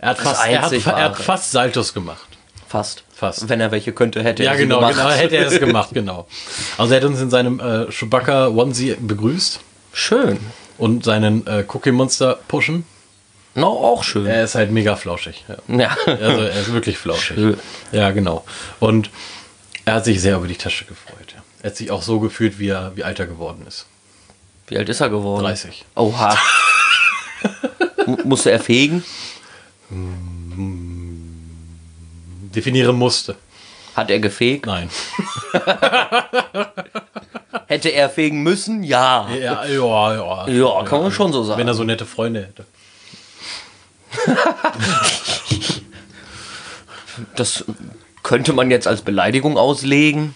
[SPEAKER 1] Er hat,
[SPEAKER 2] Das
[SPEAKER 1] fast, er, hat,
[SPEAKER 2] einzig
[SPEAKER 1] fa- er hat
[SPEAKER 2] Wahre.
[SPEAKER 1] fast Saltos gemacht.
[SPEAKER 2] Fast.
[SPEAKER 1] Fast.
[SPEAKER 2] Wenn er welche könnte, hätte
[SPEAKER 1] Ja,
[SPEAKER 2] er sie
[SPEAKER 1] genau,
[SPEAKER 2] gemacht.
[SPEAKER 1] genau, hätte er es gemacht, genau. Also er hat uns in seinem äh, Chewbacca Onesie begrüßt
[SPEAKER 2] Schön.
[SPEAKER 1] und seinen äh, Cookie Monster pushen.
[SPEAKER 2] No, auch schön.
[SPEAKER 1] Er ist halt mega flauschig. Ja.
[SPEAKER 2] ja.
[SPEAKER 1] Also er ist wirklich flauschig.
[SPEAKER 2] Schön.
[SPEAKER 1] Ja, genau. Und er hat sich sehr über die Tasche gefreut. ja. Er hat sich auch so gefühlt, wie er wie alt er geworden ist.
[SPEAKER 2] Wie alt ist er geworden?
[SPEAKER 1] 30.
[SPEAKER 2] Oha. Mu- Musste er fegen?
[SPEAKER 1] Definieren musste.
[SPEAKER 2] Hat er gefegt?
[SPEAKER 1] Nein.
[SPEAKER 2] Hätte er fegen müssen? Ja.
[SPEAKER 1] Ja, ja, ja.
[SPEAKER 2] Ja, kann man schon so sagen.
[SPEAKER 1] Wenn er so nette Freunde hätte.
[SPEAKER 2] Das könnte man jetzt als Beleidigung auslegen.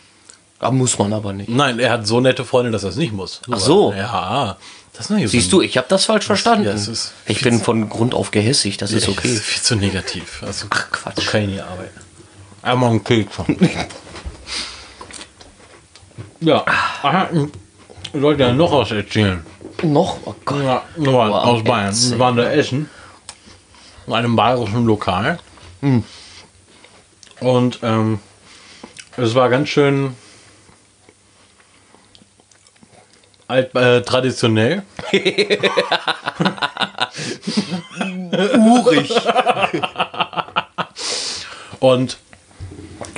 [SPEAKER 2] Da muss man aber nicht.
[SPEAKER 1] Nein, er hat so nette Freunde, dass er es nicht muss.
[SPEAKER 2] Ach so.
[SPEAKER 1] Ja. Das ist nicht so-
[SPEAKER 2] Siehst du, ich habe das falsch verstanden.
[SPEAKER 1] ja, es ist
[SPEAKER 2] ich
[SPEAKER 1] viel
[SPEAKER 2] bin von Grund auf gehässig, das ist
[SPEAKER 1] Das
[SPEAKER 2] okay.
[SPEAKER 1] ist viel zu negativ. Also,
[SPEAKER 2] Ach, Quatsch.
[SPEAKER 1] So kann ich nie arbeiten. Einmal einen Keks. ja. Aha, ich sollte ja noch was erzählen.
[SPEAKER 2] Noch? Oh Gott.
[SPEAKER 1] Ja, wir waren
[SPEAKER 2] Wow,
[SPEAKER 1] aus Bayern.
[SPEAKER 2] erzähl.
[SPEAKER 1] Wir waren da essen. In einem bayerischen Lokal. Und ähm, es war ganz schön alt, äh, traditionell.
[SPEAKER 2] Urig.
[SPEAKER 1] Und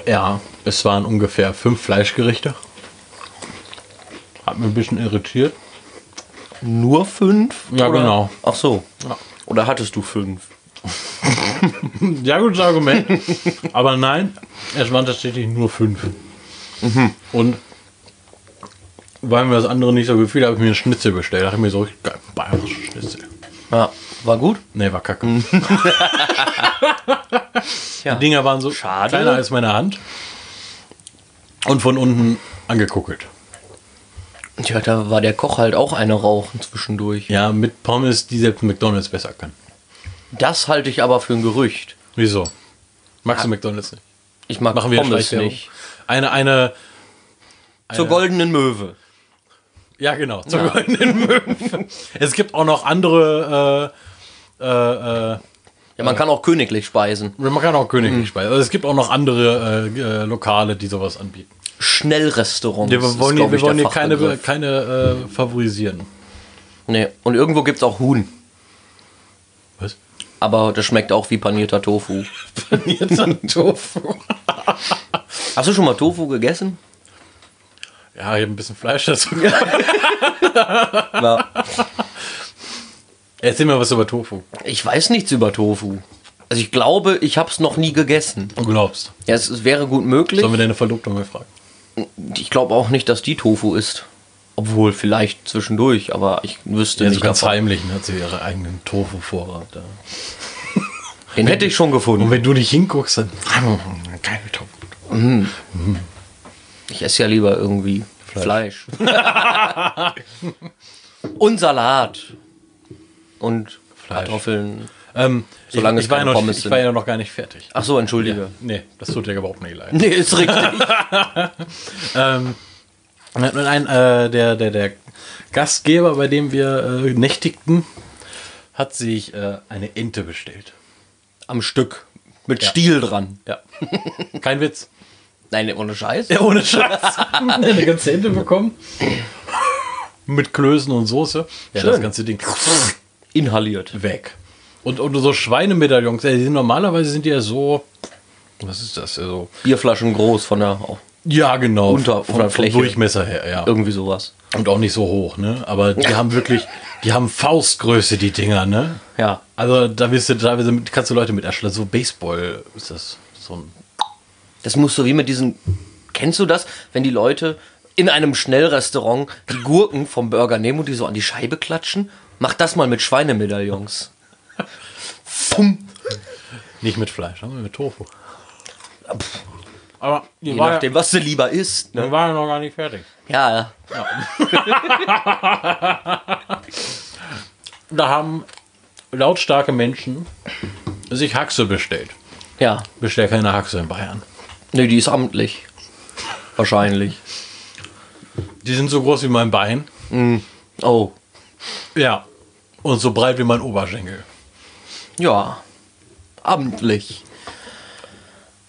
[SPEAKER 1] ja, es waren ungefähr fünf Fleischgerichte. Hat mich ein bisschen irritiert.
[SPEAKER 2] nur fünf?
[SPEAKER 1] Ja,
[SPEAKER 2] oder?
[SPEAKER 1] genau.
[SPEAKER 2] Ach so.
[SPEAKER 1] Ja.
[SPEAKER 2] Oder hattest du fünf?
[SPEAKER 1] Ja, gutes Argument. Aber nein, es waren tatsächlich nur fünf.
[SPEAKER 2] Mhm.
[SPEAKER 1] Und weil mir das andere nicht so gefiel, habe ich mir einen Schnitzel bestellt. Da habe ich mir so richtig geil, bayerische Schnitzel.
[SPEAKER 2] Ja, war gut.
[SPEAKER 1] Nee, war kacke.
[SPEAKER 2] Mhm. Ja.
[SPEAKER 1] Die Dinger waren so
[SPEAKER 2] Schade.
[SPEAKER 1] kleiner als meine Hand. Und von unten angekuckelt.
[SPEAKER 2] Tja, da war der Koch halt auch eine rauchen zwischendurch.
[SPEAKER 1] Ja, mit Pommes, die selbst McDonalds besser kann.
[SPEAKER 2] Das halte ich aber für ein Gerücht.
[SPEAKER 1] Wieso? Magst du McDonalds nicht?
[SPEAKER 2] Ich mag
[SPEAKER 1] Machen wir
[SPEAKER 2] Ah. Pommes
[SPEAKER 1] Schleichwerbung.
[SPEAKER 2] nicht.
[SPEAKER 1] Eine, eine,
[SPEAKER 2] Zur goldenen Möwe.
[SPEAKER 1] ja genau, zur goldenen Möwe. Es gibt auch noch andere, äh, äh, äh,
[SPEAKER 2] Ja, man kann auch königlich speisen.
[SPEAKER 1] man kann auch königlich speisen. Also es gibt auch noch andere äh, äh, Lokale, die sowas anbieten.
[SPEAKER 2] Schnellrestaurants.
[SPEAKER 1] Wir
[SPEAKER 2] ist,
[SPEAKER 1] wollen,
[SPEAKER 2] glaub
[SPEAKER 1] hier, wir
[SPEAKER 2] ich, der
[SPEAKER 1] wollen hier keine,
[SPEAKER 2] Fachbegriff.
[SPEAKER 1] keine äh, favorisieren.
[SPEAKER 2] Nee, und irgendwo gibt's auch Huhn.
[SPEAKER 1] Was?
[SPEAKER 2] Aber das schmeckt auch wie panierter Tofu.
[SPEAKER 1] Jetzt an Tofu.
[SPEAKER 2] Hast du schon mal Tofu gegessen?
[SPEAKER 1] Ja, hier ein bisschen Fleisch dazu. Ja.
[SPEAKER 2] Ja.
[SPEAKER 1] Erzähl mal was über Tofu.
[SPEAKER 2] Ich weiß nichts über Tofu. Also ich glaube, ich hab's noch nie gegessen.
[SPEAKER 1] Du glaubst.
[SPEAKER 2] Ja, es, es wäre gut möglich.
[SPEAKER 1] Sollen wir deine Verlobte mal fragen?
[SPEAKER 2] Ich glaube auch nicht, dass die Tofu ist. Obwohl, vielleicht zwischendurch, aber ich wüsste
[SPEAKER 1] Ja, so
[SPEAKER 2] nicht.
[SPEAKER 1] ganz
[SPEAKER 2] davon.
[SPEAKER 1] heimlich hat sie ihre eigenen Tofu-Vorrat da.
[SPEAKER 2] Den hätte ich schon
[SPEAKER 1] Und
[SPEAKER 2] gefunden.
[SPEAKER 1] wenn du nicht hinguckst, dann. Keine Tofu.
[SPEAKER 2] Ich esse ja lieber irgendwie Fleisch. Und Salat. Und
[SPEAKER 1] Fleisch.
[SPEAKER 2] Kartoffeln.
[SPEAKER 1] Ähm,
[SPEAKER 2] Solange
[SPEAKER 1] ich,
[SPEAKER 2] es
[SPEAKER 1] ich, war ja
[SPEAKER 2] keine
[SPEAKER 1] noch,
[SPEAKER 2] Pommes
[SPEAKER 1] ich
[SPEAKER 2] sind. Ah.
[SPEAKER 1] war ja noch gar nicht fertig.
[SPEAKER 2] Ach so, entschuldige.
[SPEAKER 1] Nee, das tut dir überhaupt nicht leid.
[SPEAKER 2] Nee, ist richtig.
[SPEAKER 1] Ähm, nein, äh, der, der, der Gastgeber, bei dem wir äh, nächtigten, hat sich äh, eine Ente bestellt.
[SPEAKER 2] Am Stück. Mit
[SPEAKER 1] Ja.
[SPEAKER 2] Stiel dran.
[SPEAKER 1] Ja. Kein Witz.
[SPEAKER 2] Nein, ohne Scheiß.
[SPEAKER 1] Ja, ohne Scheiß. eine ganze Ente bekommen. Mit Klößen und Soße. Ja, das
[SPEAKER 2] Schön.
[SPEAKER 1] ganze Ding
[SPEAKER 2] Inhaliert.
[SPEAKER 1] weg. Und, und so Schweinemedaillons, ey, die sind, normalerweise sind die ja so. Was ist das? Ja, so.
[SPEAKER 2] Bierflaschen groß von der. auch
[SPEAKER 1] Ja, genau.
[SPEAKER 2] Unter-
[SPEAKER 1] vom, vom
[SPEAKER 2] Oberfläche.
[SPEAKER 1] Durchmesser her, ja.
[SPEAKER 2] irgendwie sowas.
[SPEAKER 1] Und auch nicht so hoch, ne? Aber die haben wirklich, die haben Faustgröße, die Dinger, ne?
[SPEAKER 2] Ja.
[SPEAKER 1] Also da wirst du teilweise mit, kannst du Leute mit erschlagen. So Baseball ist das so ein.
[SPEAKER 2] Das muss so wie mit diesen. Kennst du das, wenn die Leute in einem Schnellrestaurant die Gurken vom Burger nehmen und die so an die Scheibe klatschen? Mach das mal mit Schweinemedaillons. Fumm.
[SPEAKER 1] Nicht mit Fleisch, sondern mit Tofu. Aber die
[SPEAKER 2] Je nachdem, was du lieber isst. Ne?
[SPEAKER 1] war ja noch gar nicht fertig.
[SPEAKER 2] Ja,
[SPEAKER 1] Da haben lautstarke Menschen sich Haxe bestellt.
[SPEAKER 2] ja.
[SPEAKER 1] Bestell keine Haxe in Bayern.
[SPEAKER 2] Nee, die ist amtlich. Wahrscheinlich.
[SPEAKER 1] Die sind so groß wie mein Bein.
[SPEAKER 2] Oh.
[SPEAKER 1] Ja. Und so breit wie mein Oberschenkel.
[SPEAKER 2] Ja. Amtlich.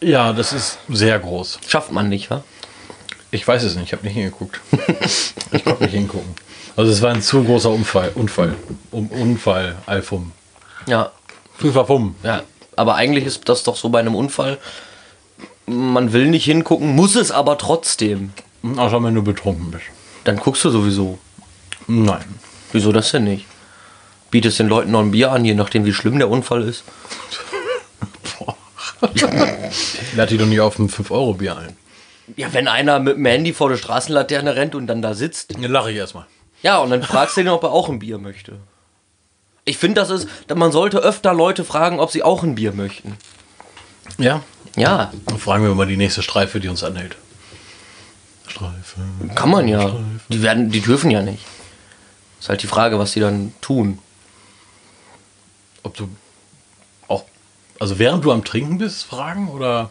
[SPEAKER 1] Ja, das ist sehr groß.
[SPEAKER 2] Schafft man nicht, wa?
[SPEAKER 1] Ich weiß es nicht, ich habe nicht hingeguckt. ich konnte nicht hingucken. Also es war ein zu großer Unfall. Unfall. Um, Unfall. Alfum.
[SPEAKER 2] Ja.
[SPEAKER 1] Fünferfum.
[SPEAKER 2] Ja. Aber eigentlich ist das doch so bei einem Unfall. Man will nicht hingucken, muss es aber trotzdem.
[SPEAKER 1] Hm, Außer wenn du betrunken bist.
[SPEAKER 2] Dann guckst du sowieso.
[SPEAKER 1] Nein.
[SPEAKER 2] Wieso das denn nicht? Bietest den Leuten noch ein Bier an, je nachdem, wie schlimm der Unfall ist.
[SPEAKER 1] Lade die doch nicht auf ein 5-Euro-Bier ein.
[SPEAKER 2] Ja, wenn einer mit dem Handy vor der Straßenlaterne rennt und dann da sitzt.
[SPEAKER 1] Dann lache ich erstmal.
[SPEAKER 2] Ja, und dann fragst du ihn, ob er auch ein Bier möchte. Ich finde, das ist, man sollte öfter Leute fragen, ob sie auch ein Bier möchten.
[SPEAKER 1] Ja?
[SPEAKER 2] Ja,
[SPEAKER 1] Dann fragen wir mal die nächste Streife, die uns anhält. Streife.
[SPEAKER 2] kann man ja. Die, werden, die dürfen ja nicht. Ist halt die Frage, was sie dann tun.
[SPEAKER 1] Ob du auch. Also während du am Trinken bist, fragen oder.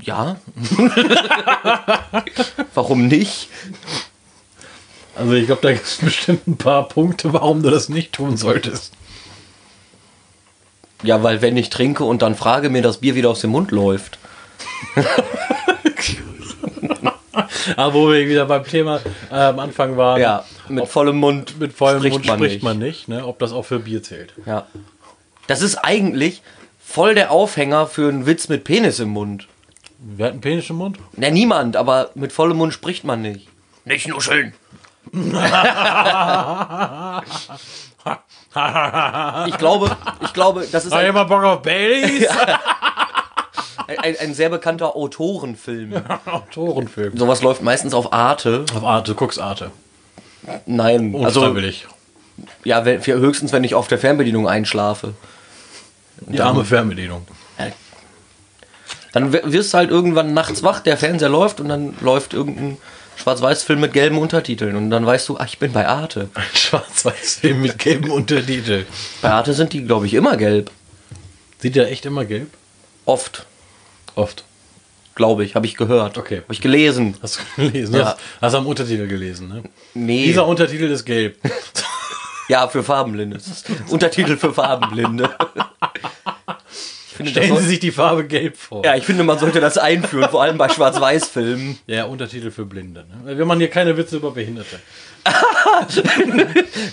[SPEAKER 2] Ja. Warum nicht?
[SPEAKER 1] Also ich glaube, da gibt es bestimmt ein paar Punkte, warum du das nicht tun solltest.
[SPEAKER 2] Ja, weil wenn ich trinke und dann frage, mir das Bier wieder aus dem Mund läuft.
[SPEAKER 1] Aber Ah, wo wir wieder beim Thema äh, am Anfang waren.
[SPEAKER 2] Ja, mit vollem Mund
[SPEAKER 1] Mit vollem
[SPEAKER 2] spricht
[SPEAKER 1] Mund
[SPEAKER 2] man
[SPEAKER 1] spricht
[SPEAKER 2] nicht.
[SPEAKER 1] man nicht, ne? ob das auch für Bier zählt.
[SPEAKER 2] Ja. Das ist eigentlich voll der Aufhänger für einen Witz mit Penis im Mund.
[SPEAKER 1] Wer hat einen Penis im Mund?
[SPEAKER 2] Na, niemand, aber mit vollem Mund spricht man nicht. Nicht nuscheln. Ich glaube, ich glaube, das ist
[SPEAKER 1] Hat
[SPEAKER 2] ein,
[SPEAKER 1] jemand Bock auf Baileys?
[SPEAKER 2] ein, ein sehr bekannter Autorenfilm.
[SPEAKER 1] Autorenfilm.
[SPEAKER 2] Sowas läuft meistens auf Arte.
[SPEAKER 1] Auf Arte, du guckst Arte.
[SPEAKER 2] Nein, also
[SPEAKER 1] Unfreiwillig.
[SPEAKER 2] ja, wenn, höchstens wenn ich auf der Fernbedienung einschlafe.
[SPEAKER 1] Die arme Fernbedienung.
[SPEAKER 2] Dann w- wirst du halt irgendwann nachts wach, der Fernseher läuft und dann läuft irgendein Schwarz-Weiß-Film mit gelben Untertiteln und dann weißt du, ach, ich bin bei Arte.
[SPEAKER 1] Ein Schwarz-Weiß-Film mit gelbem Untertitel.
[SPEAKER 2] Bei Arte sind die, glaube ich, immer gelb.
[SPEAKER 1] Sieht der echt immer gelb?
[SPEAKER 2] Oft,
[SPEAKER 1] Oft.
[SPEAKER 2] glaube ich, habe ich gehört.
[SPEAKER 1] Okay.
[SPEAKER 2] Habe ich gelesen.
[SPEAKER 1] Hast du gelesen?
[SPEAKER 2] Ja.
[SPEAKER 1] Hast, hast du am Untertitel gelesen, ne?
[SPEAKER 2] Nee.
[SPEAKER 1] Dieser Untertitel ist gelb.
[SPEAKER 2] Ja, für Farbenblinde. Das ist Untertitel für Farbenblinde. Ich finde, das
[SPEAKER 1] Stellen Sie
[SPEAKER 2] soll,
[SPEAKER 1] sich die Farbe gelb vor.
[SPEAKER 2] ja, ich finde, man sollte das einführen, vor allem bei Schwarz-Weiß-Filmen.
[SPEAKER 1] Ja, Untertitel für Blinde. Ne? Wir machen hier keine Witze über Behinderte.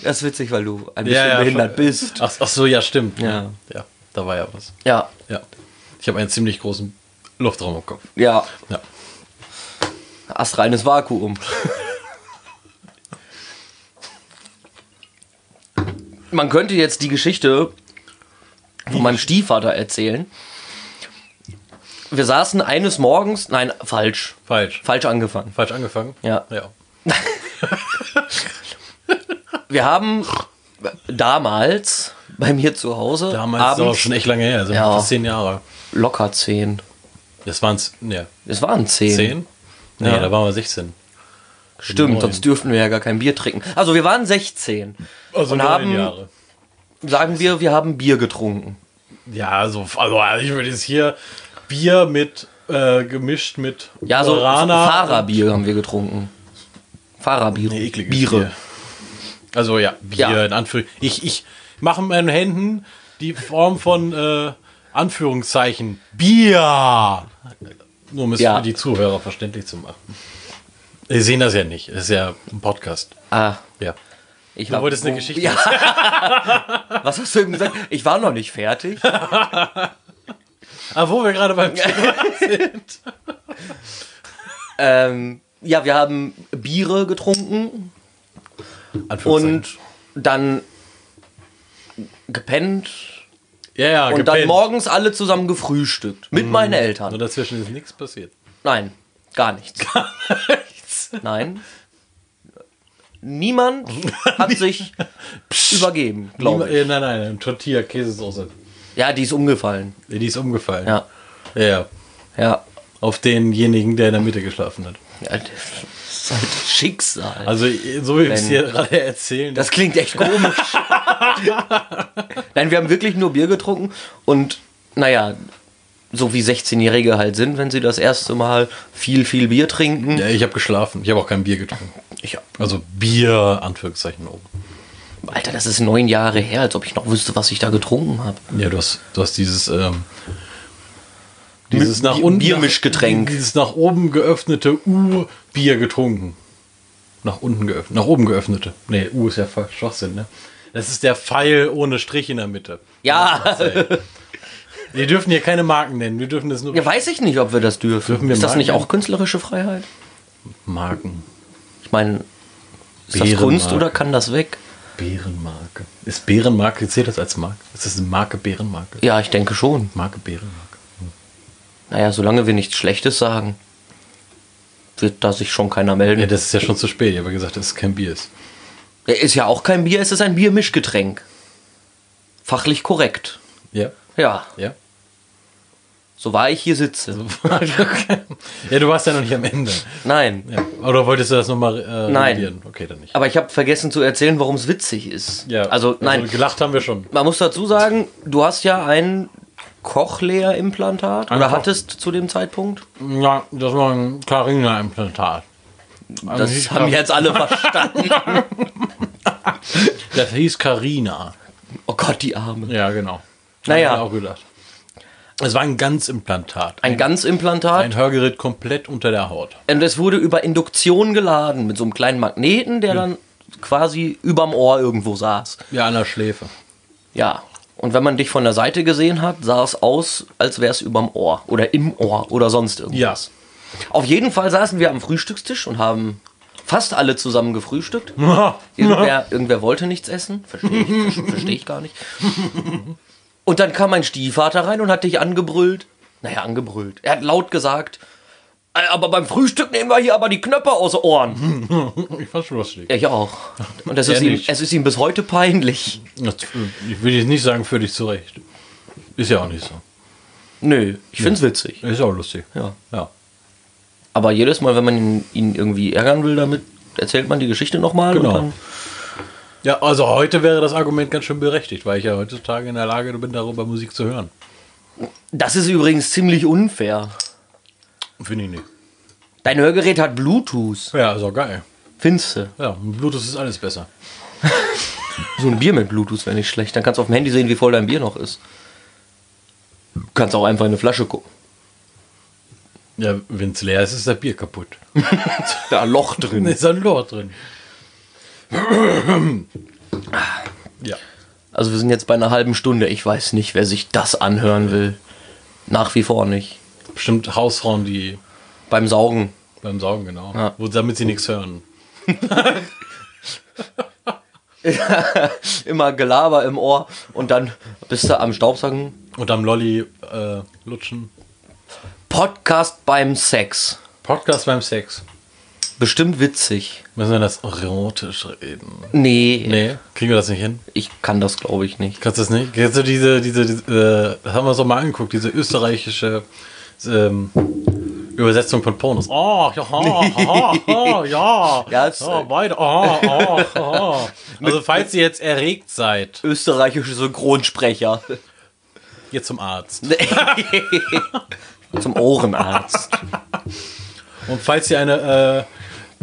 [SPEAKER 2] Das ist witzig, weil du ein bisschen behindert
[SPEAKER 1] ver-
[SPEAKER 2] bist.
[SPEAKER 1] Ach, ach so, ja, stimmt.
[SPEAKER 2] Ja.
[SPEAKER 1] ja, da war ja was.
[SPEAKER 2] Ja,
[SPEAKER 1] Ja. Ich habe einen ziemlich großen Luftraum im Kopf.
[SPEAKER 2] ja,
[SPEAKER 1] Ja.
[SPEAKER 2] astreines Vakuum. Man könnte jetzt die Geschichte von meinem Stiefvater erzählen. Wir saßen eines Morgens, nein, falsch,
[SPEAKER 1] Falsch.
[SPEAKER 2] falsch angefangen.
[SPEAKER 1] Falsch angefangen?
[SPEAKER 2] Ja.
[SPEAKER 1] Ja.
[SPEAKER 2] Wir haben damals bei mir zu Hause
[SPEAKER 1] Damals ist auch
[SPEAKER 2] abends
[SPEAKER 1] schon echt lange her, also
[SPEAKER 2] Ja.
[SPEAKER 1] fast zehn Jahre.
[SPEAKER 2] locker zehn.
[SPEAKER 1] Das waren es, ne,
[SPEAKER 2] Es waren zehn.
[SPEAKER 1] zehn? Nee,
[SPEAKER 2] Ja.
[SPEAKER 1] da waren wir 16.
[SPEAKER 2] Stimmt,
[SPEAKER 1] Neun.
[SPEAKER 2] sonst dürften wir ja gar kein Bier trinken. Also wir waren 16.
[SPEAKER 1] Also
[SPEAKER 2] Und
[SPEAKER 1] neun
[SPEAKER 2] haben-
[SPEAKER 1] Jahre.
[SPEAKER 2] Sagen wir, wir haben Bier getrunken.
[SPEAKER 1] Ja, also, also ich würde jetzt hier Bier mit, äh, gemischt mit
[SPEAKER 2] Ja, so
[SPEAKER 1] Guarana.
[SPEAKER 2] Fahrerbier haben wir getrunken. Fahrerbier.
[SPEAKER 1] Nee, ekliges
[SPEAKER 2] Biere.
[SPEAKER 1] Bier. Also ja, Bier
[SPEAKER 2] Ja.
[SPEAKER 1] in Anführungszeichen. Ich, ich mache mit meinen Händen die Form von äh, Anführungszeichen. Bier! Nur um es
[SPEAKER 2] Ja.
[SPEAKER 1] für die Zuhörer verständlich zu machen. Sie sehen das ja nicht. Es ist ja ein Podcast.
[SPEAKER 2] Ah,
[SPEAKER 1] Ja.
[SPEAKER 2] ich
[SPEAKER 1] Du
[SPEAKER 2] hab- oh,
[SPEAKER 1] wolltest eine Geschichte.
[SPEAKER 2] Ja. Was hast du eben gesagt? Ich war noch nicht fertig.
[SPEAKER 1] Aber Ah, wo wir gerade beim Thema sind.
[SPEAKER 2] Ähm, ja, wir haben Biere getrunken
[SPEAKER 1] Anführungszeichen.
[SPEAKER 2] und dann gepennt
[SPEAKER 1] ja, ja,
[SPEAKER 2] und dann
[SPEAKER 1] gepennt. Mhm. Also
[SPEAKER 2] morgens alle zusammen gefrühstückt. Mit meinen
[SPEAKER 1] Nur
[SPEAKER 2] Eltern.
[SPEAKER 1] dazwischen ist nichts passiert.
[SPEAKER 2] Nein, gar nichts. Nein. Niemand hat sich übergeben, glaube
[SPEAKER 1] Niemand-
[SPEAKER 2] ich.
[SPEAKER 1] äh, nein, nein, nein, Tortilla, Käsesoße.
[SPEAKER 2] Ja, die ist umgefallen.
[SPEAKER 1] Die ist umgefallen.
[SPEAKER 2] Ja,
[SPEAKER 1] ja. ja.
[SPEAKER 2] ja.
[SPEAKER 1] Auf denjenigen, der in der Mitte geschlafen hat.
[SPEAKER 2] ja das ist halt Schicksal.
[SPEAKER 1] Also, so wie wir es hier gerade erzählen,
[SPEAKER 2] das klingt echt komisch. Nein, wir haben wirklich nur Bier getrunken und naja, so wie 16-Jährige halt sind, wenn sie das erste Mal viel, viel Bier trinken.
[SPEAKER 1] Ja, ich habe geschlafen. Ich habe auch kein Bier getrunken.
[SPEAKER 2] Ich,
[SPEAKER 1] Also Bier, Anführungszeichen oben.
[SPEAKER 2] Alter, das ist neun Jahre her, als ob ich noch wüsste, was ich da getrunken habe.
[SPEAKER 1] Ja, du hast, du hast dieses, ähm, dieses nach
[SPEAKER 2] Bi-
[SPEAKER 1] unten.
[SPEAKER 2] Biermischgetränk.
[SPEAKER 1] Nach, dieses nach oben geöffnete U-Bier getrunken. Nach unten geöffnet. Nach oben geöffnete. Nee, U ist ja voll Schwachsinn, ne? Das ist der Pfeil ohne Strich in der Mitte.
[SPEAKER 2] Ja.
[SPEAKER 1] Wir dürfen hier keine Marken nennen. Wir dürfen das nur
[SPEAKER 2] Ja, weiß ich nicht, ob wir das dürfen.
[SPEAKER 1] Dürfen wir
[SPEAKER 2] ist das
[SPEAKER 1] Marken
[SPEAKER 2] nicht
[SPEAKER 1] nennen?
[SPEAKER 2] auch künstlerische Freiheit?
[SPEAKER 1] Marken.
[SPEAKER 2] Ich meine, ist das
[SPEAKER 1] Bärenmark.
[SPEAKER 2] Kunst oder kann das weg?
[SPEAKER 1] Bärenmarke. Ist Bärenmarke, zählt das als Marke? Ist das eine Marke Bärenmarke?
[SPEAKER 2] Ja, ich denke schon.
[SPEAKER 1] Marke Bärenmarke.
[SPEAKER 2] Naja, solange wir nichts Schlechtes sagen, wird da sich schon keiner melden.
[SPEAKER 1] Ja, das ist ja schon zu spät. Ich habe ja gesagt, dass es kein Bier ist.
[SPEAKER 2] ist ja auch kein Bier, es ist ein Biermischgetränk. Fachlich korrekt.
[SPEAKER 1] Ja.
[SPEAKER 2] Ja,
[SPEAKER 1] Ja.
[SPEAKER 2] so war ich hier sitze.
[SPEAKER 1] ja, du warst ja noch nicht am Ende.
[SPEAKER 2] Nein.
[SPEAKER 1] Ja. Oder wolltest du das nochmal äh,
[SPEAKER 2] Nein.
[SPEAKER 1] revidieren? Okay, dann nicht.
[SPEAKER 2] Aber ich habe vergessen zu erzählen, warum es witzig ist.
[SPEAKER 1] Ja.
[SPEAKER 2] Also, nein.
[SPEAKER 1] gelacht haben wir schon.
[SPEAKER 2] Man muss dazu sagen, du hast ja ein Cochlea-Implantat.
[SPEAKER 1] Ein
[SPEAKER 2] Oder
[SPEAKER 1] Coch-
[SPEAKER 2] hattest zu dem Zeitpunkt?
[SPEAKER 1] Ja, das war ein Carina-Implantat.
[SPEAKER 2] Das
[SPEAKER 1] Also ich
[SPEAKER 2] haben
[SPEAKER 1] glaub-
[SPEAKER 2] jetzt alle verstanden.
[SPEAKER 1] Das hieß Carina.
[SPEAKER 2] Oh Gott, die Arme.
[SPEAKER 1] Ja, genau.
[SPEAKER 2] Naja.
[SPEAKER 1] Hab ich auch gelacht. Es war ein Ganzimplantat.
[SPEAKER 2] Ein Ganzimplantat.
[SPEAKER 1] Ein Hörgerät komplett unter der Haut.
[SPEAKER 2] Und es wurde über Induktion geladen mit so einem kleinen Magneten, der dann quasi überm Ohr irgendwo saß.
[SPEAKER 1] Ja, an der Schläfe.
[SPEAKER 2] Ja. Und wenn man dich von der Seite gesehen hat, sah es aus, als wäre es überm Ohr oder im Ohr oder sonst irgendwas.
[SPEAKER 1] Ja.
[SPEAKER 2] Auf jeden Fall saßen wir am Frühstückstisch und haben fast alle zusammen gefrühstückt. Irgendwer, irgendwer wollte nichts essen. Verstehe ich, verstehe ich gar nicht. Und dann kam mein Stiefvater rein und hat dich angebrüllt. Naja, angebrüllt. Er hat laut gesagt, "Äh, aber beim Frühstück nehmen wir hier aber die Knöpfe aus den Ohren.
[SPEAKER 1] Ich fand schon lustig.
[SPEAKER 2] Ja, ich auch. Und das ist
[SPEAKER 1] Er
[SPEAKER 2] ihm,
[SPEAKER 1] nicht.
[SPEAKER 2] es ist ihm bis heute peinlich.
[SPEAKER 1] Das, äh, Ich will jetzt nicht sagen, für dich zurecht. Ist ja auch nicht so.
[SPEAKER 2] Nö, ich find's witzig.
[SPEAKER 1] Ist auch lustig.
[SPEAKER 2] Ja.
[SPEAKER 1] Ja.
[SPEAKER 2] Aber jedes Mal, wenn man ihn, ihn irgendwie ärgern will damit, erzählt man die Geschichte nochmal.
[SPEAKER 1] Genau.
[SPEAKER 2] Und dann,
[SPEAKER 1] Ja, also heute wäre das Argument ganz schön berechtigt, weil ich ja heutzutage in der Lage bin, darüber Musik zu hören.
[SPEAKER 2] das ist übrigens ziemlich unfair.
[SPEAKER 1] Finde ich nicht.
[SPEAKER 2] Dein Hörgerät hat Bluetooth.
[SPEAKER 1] Ja, ist auch geil.
[SPEAKER 2] Finste.
[SPEAKER 1] Ja, mit Bluetooth ist alles besser.
[SPEAKER 2] So ein Bier mit Bluetooth wäre nicht schlecht. Dann kannst du auf dem Handy sehen, wie voll dein Bier noch ist. Du kannst auch einfach in eine Flasche gucken.
[SPEAKER 1] Ja, wenn es leer ist, ist das Bier kaputt.
[SPEAKER 2] Da ein Loch drin.
[SPEAKER 1] Da ist ein Loch drin. ja.
[SPEAKER 2] Also wir sind jetzt bei einer halben Stunde. Ich weiß nicht, wer sich das anhören will. Nach wie vor nicht.
[SPEAKER 1] Bestimmt Hausfrauen, die
[SPEAKER 2] Beim Saugen.
[SPEAKER 1] beim Saugen, genau.
[SPEAKER 2] Ja.
[SPEAKER 1] Wo, damit sie nichts hören.
[SPEAKER 2] Immer Gelaber im Ohr und dann bist du am Staubsaugen.
[SPEAKER 1] Und am Lolli äh, lutschen.
[SPEAKER 2] Podcast beim Sex.
[SPEAKER 1] Podcast beim Sex.
[SPEAKER 2] Bestimmt witzig.
[SPEAKER 1] Müssen wir das erotisch reden?
[SPEAKER 2] Nee,
[SPEAKER 1] Nee, kriegen wir das nicht hin?
[SPEAKER 2] ich kann das glaube ich nicht.
[SPEAKER 1] Kannst du das nicht? Kennst du diese, diese, diese äh, das haben wir uns doch mal angeguckt, diese österreichische ähm, Übersetzung von Pornos. Oh, ja, ja, ja, ja, Ah,
[SPEAKER 2] Ja,
[SPEAKER 1] ja,
[SPEAKER 2] es-
[SPEAKER 1] ja beide, oh, oh, oh. Also falls ihr jetzt erregt seid,
[SPEAKER 2] Österreichische Synchronsprecher.
[SPEAKER 1] geht zum Arzt.
[SPEAKER 2] Zum Ohrenarzt.
[SPEAKER 1] Und falls ihr eine,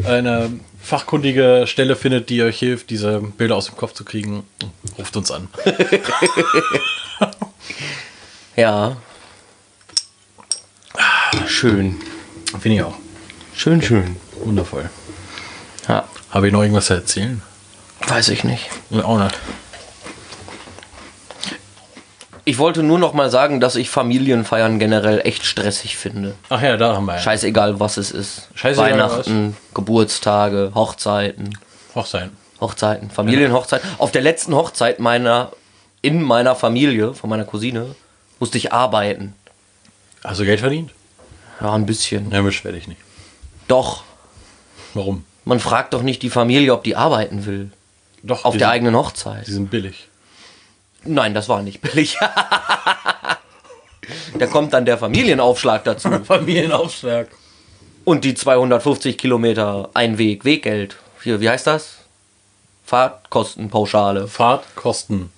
[SPEAKER 1] äh, eine fachkundige Stelle findet, die euch hilft, diese Bilder aus dem Kopf zu kriegen, ruft uns an.
[SPEAKER 2] Ja. Schön.
[SPEAKER 1] Finde ich auch.
[SPEAKER 2] Schön, schön.
[SPEAKER 1] Wundervoll.
[SPEAKER 2] Ja,
[SPEAKER 1] Habe ich noch irgendwas zu erzählen?
[SPEAKER 2] weiß ich nicht.
[SPEAKER 1] Auch nicht.
[SPEAKER 2] Ich wollte nur noch mal sagen, dass ich Familienfeiern generell echt stressig finde.
[SPEAKER 1] Ach ja, da haben wir ja.
[SPEAKER 2] Scheißegal, was es ist.
[SPEAKER 1] Scheißegal,
[SPEAKER 2] Weihnachten, Geburtstage, Hochzeiten,
[SPEAKER 1] Hochsein.
[SPEAKER 2] Hochzeiten, Familienhochzeiten. Auf der letzten Hochzeit meiner, in meiner Familie, von meiner Cousine, musste ich arbeiten.
[SPEAKER 1] Hast du Geld verdient?
[SPEAKER 2] Ja, ein bisschen.
[SPEAKER 1] Ja, beschwer dich nicht.
[SPEAKER 2] Doch,
[SPEAKER 1] Warum?
[SPEAKER 2] man fragt doch nicht die Familie, ob die arbeiten will.
[SPEAKER 1] Doch,
[SPEAKER 2] Auf
[SPEAKER 1] die
[SPEAKER 2] der
[SPEAKER 1] sind-
[SPEAKER 2] eigenen
[SPEAKER 1] Die
[SPEAKER 2] Hochzeit.
[SPEAKER 1] sind billig.
[SPEAKER 2] Nein, das war nicht billig. da kommt dann der Familienaufschlag dazu.
[SPEAKER 1] Familienaufschlag.
[SPEAKER 2] Und die 250 Kilometer Einweg, Weggeld. Hier, wie heißt das? Fahrtkostenpauschale.
[SPEAKER 1] Fahrtkosten.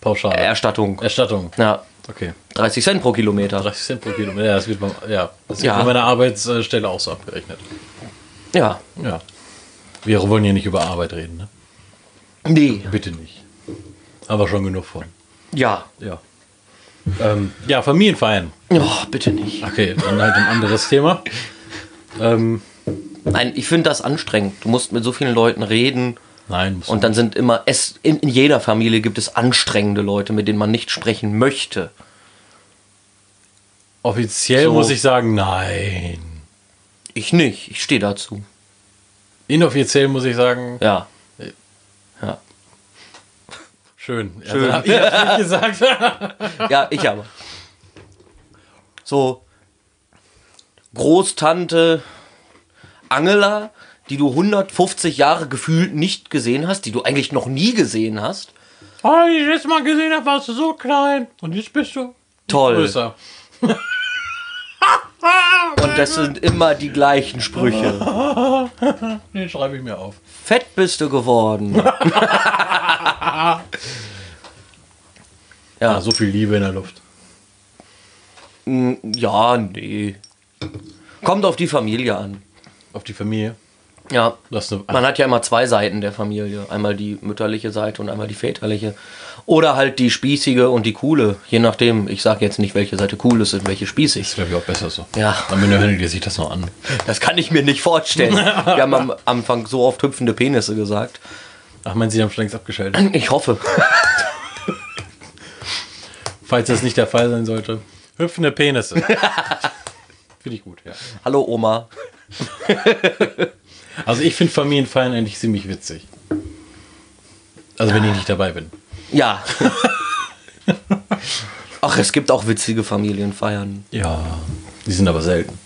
[SPEAKER 1] Pauschale.
[SPEAKER 2] Erstattung.
[SPEAKER 1] Erstattung.
[SPEAKER 2] Ja,
[SPEAKER 1] Okay.
[SPEAKER 2] 30 Cent pro Kilometer.
[SPEAKER 1] 30 Cent pro Kilometer. Ja, das wird, beim, ja, das wird
[SPEAKER 2] Ja.
[SPEAKER 1] bei meiner Arbeitsstelle auch so abgerechnet.
[SPEAKER 2] Ja.
[SPEAKER 1] Ja. Wir wollen hier nicht über Arbeit reden, ne?
[SPEAKER 2] Nee.
[SPEAKER 1] Bitte nicht. Aber schon genug von.
[SPEAKER 2] Ja.
[SPEAKER 1] Ja. Ähm, ja, Familienfeiern.
[SPEAKER 2] Oh, bitte nicht.
[SPEAKER 1] Okay, dann halt ein anderes Thema. Ähm,
[SPEAKER 2] Nein, ich finde das anstrengend. Du musst mit so vielen Leuten reden.
[SPEAKER 1] nein, muss
[SPEAKER 2] Und dann sind immer, es, in, in jeder Familie gibt es anstrengende Leute, mit denen man nicht sprechen möchte.
[SPEAKER 1] offiziell
[SPEAKER 2] So.
[SPEAKER 1] muss ich sagen, nein.
[SPEAKER 2] Ich nicht. Ich stehe dazu.
[SPEAKER 1] Inoffiziell muss ich sagen,
[SPEAKER 2] Ja.
[SPEAKER 1] schön. Ja,
[SPEAKER 2] Schön.
[SPEAKER 1] dann hab ich natürlich gesagt.
[SPEAKER 2] Ja, ich aber. So Großtante Angela, die du 150 Jahre gefühlt nicht gesehen hast, die du eigentlich noch nie gesehen hast.
[SPEAKER 1] Oh, ich letztes Mal gesehen habe, warst du so klein. Und jetzt bist du
[SPEAKER 2] Toll.
[SPEAKER 1] größer.
[SPEAKER 2] Und das sind immer die gleichen Sprüche.
[SPEAKER 1] Den schreibe ich mir auf.
[SPEAKER 2] Fett bist du geworden.
[SPEAKER 1] Ah, so viel Liebe in der Luft.
[SPEAKER 2] Also, Mm, Ja, nee. Kommt auf die Familie an.
[SPEAKER 1] Auf die Familie.
[SPEAKER 2] Ja.
[SPEAKER 1] Das ist
[SPEAKER 2] Man
[SPEAKER 1] eine,
[SPEAKER 2] hat ja immer zwei Seiten der Familie. Einmal die mütterliche Seite und einmal die väterliche. Oder halt die spießige und die coole. Je nachdem, ich sage jetzt nicht, welche Seite cool ist und welche
[SPEAKER 1] ist,
[SPEAKER 2] spießig.
[SPEAKER 1] glaube ich, auch besser so.
[SPEAKER 2] Ja.
[SPEAKER 1] Am Ende hören die sich das noch an.
[SPEAKER 2] Das kann ich mir nicht vorstellen. Wir haben am Anfang so oft hüpfende Penisse gesagt.
[SPEAKER 1] Ach, meinen Sie, die haben schon längst abgeschaltet.
[SPEAKER 2] Ich hoffe.
[SPEAKER 1] Falls das nicht der Fall sein sollte. Hüpfende Penisse. Finde ich gut, ja.
[SPEAKER 2] Hallo Oma.
[SPEAKER 1] Also ich finde Familienfeiern eigentlich ziemlich witzig. Also wenn ich nicht dabei bin.
[SPEAKER 2] Ja. Ach, es gibt auch witzige Familienfeiern.
[SPEAKER 1] Ja. Die sind aber selten.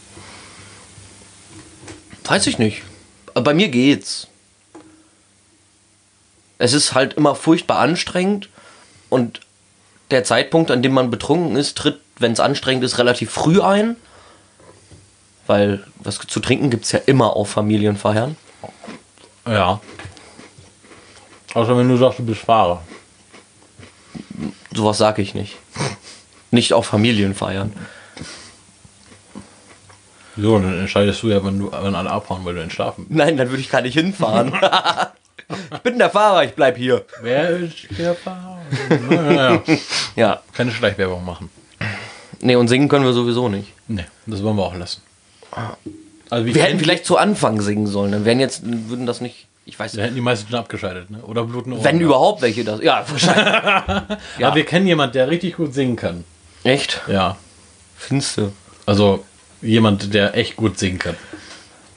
[SPEAKER 2] Weiß ich nicht. Aber bei mir geht's. Es ist halt immer furchtbar anstrengend und der Zeitpunkt, an dem man betrunken ist, tritt, wenn es anstrengend ist, relativ früh ein. Weil was zu trinken gibt's ja immer auf Familienfeiern.
[SPEAKER 1] Ja. Außer wenn du sagst, du bist Fahrer.
[SPEAKER 2] Sowas sage ich nicht. Nicht auf Familienfeiern.
[SPEAKER 1] So, dann entscheidest du ja, wann, du, wann alle abhauen, weil du entschlafen
[SPEAKER 2] Nein, dann würde ich gar nicht hinfahren. ich bin der Fahrer, ich bleib hier.
[SPEAKER 1] bist. Wer ist der Fahrer? naja.
[SPEAKER 2] Ja.
[SPEAKER 1] Keine Schleichwerbung machen.
[SPEAKER 2] Nee, und singen können wir sowieso nicht.
[SPEAKER 1] Nee, das wollen wir auch lassen. Also
[SPEAKER 2] Wir hätten vielleicht zu Anfang singen sollen, dann wären jetzt, würden das nicht, ich weiß
[SPEAKER 1] Da
[SPEAKER 2] nicht,
[SPEAKER 1] hätten die meisten schon abgeschaltet, ne? Oder bluten Ohren.
[SPEAKER 2] wenn überhaupt welche das, ja, wahrscheinlich.
[SPEAKER 1] Ja, wir kennen jemanden, der richtig gut singen kann.
[SPEAKER 2] Echt?
[SPEAKER 1] Ja.
[SPEAKER 2] Finste.
[SPEAKER 1] Also jemand, der echt gut singen kann.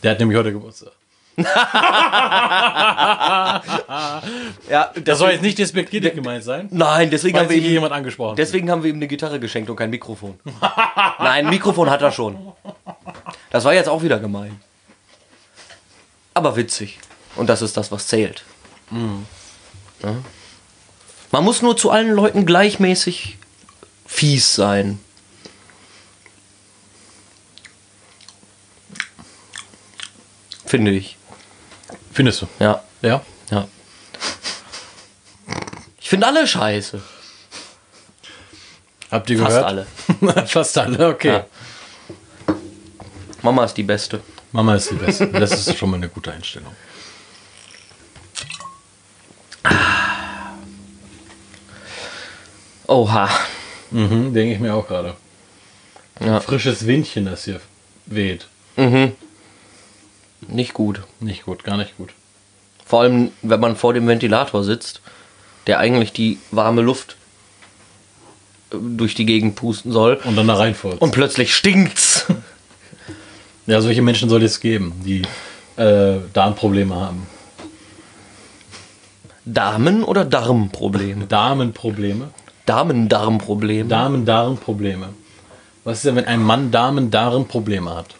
[SPEAKER 1] Der hat nämlich heute Geburtstag.
[SPEAKER 2] Ja,
[SPEAKER 1] Das
[SPEAKER 2] deswegen,
[SPEAKER 1] soll jetzt nicht despektierlich gemeint sein.
[SPEAKER 2] nein, deswegen
[SPEAKER 1] Weil
[SPEAKER 2] haben,
[SPEAKER 1] sie
[SPEAKER 2] wir
[SPEAKER 1] hier
[SPEAKER 2] ihm,
[SPEAKER 1] jemand angesprochen.
[SPEAKER 2] deswegen haben wir ihm eine Gitarre geschenkt und kein Mikrofon. nein, ein Mikrofon hat er schon. Das war jetzt auch wieder gemein. Aber witzig. Und das ist das, was zählt. Ja? Man muss nur zu allen Leuten gleichmäßig fies sein. Finde ich.
[SPEAKER 1] Findest du?
[SPEAKER 2] Ja.
[SPEAKER 1] Ja.
[SPEAKER 2] Ja. Ich finde alle scheiße.
[SPEAKER 1] Habt ihr
[SPEAKER 2] Fast
[SPEAKER 1] gehört?
[SPEAKER 2] alle.
[SPEAKER 1] alle. Fast alle, okay.
[SPEAKER 2] Ja. Mama ist die Beste.
[SPEAKER 1] Mama ist die Beste. Das ist schon mal eine gute Einstellung.
[SPEAKER 2] Oha.
[SPEAKER 1] Mhm, denke ich mir auch gerade.
[SPEAKER 2] Ja.
[SPEAKER 1] Frisches Windchen, das hier weht.
[SPEAKER 2] Nicht gut.
[SPEAKER 1] Nicht gut, gar nicht gut.
[SPEAKER 2] Vor allem, wenn man vor dem Ventilator sitzt, der eigentlich die warme Luft äh, durch die Gegend pusten soll.
[SPEAKER 1] Und dann da reinfurzt.
[SPEAKER 2] Und plötzlich stinkt's.
[SPEAKER 1] Ja, solche Menschen soll es geben, die äh, Darmprobleme haben.
[SPEAKER 2] Damen- oder Darmprobleme?
[SPEAKER 1] Damenprobleme.
[SPEAKER 2] Damen-Darmprobleme.
[SPEAKER 1] Damen-Darm-Probleme. Was ist denn, wenn ein Mann Damen-Darm-Probleme hat?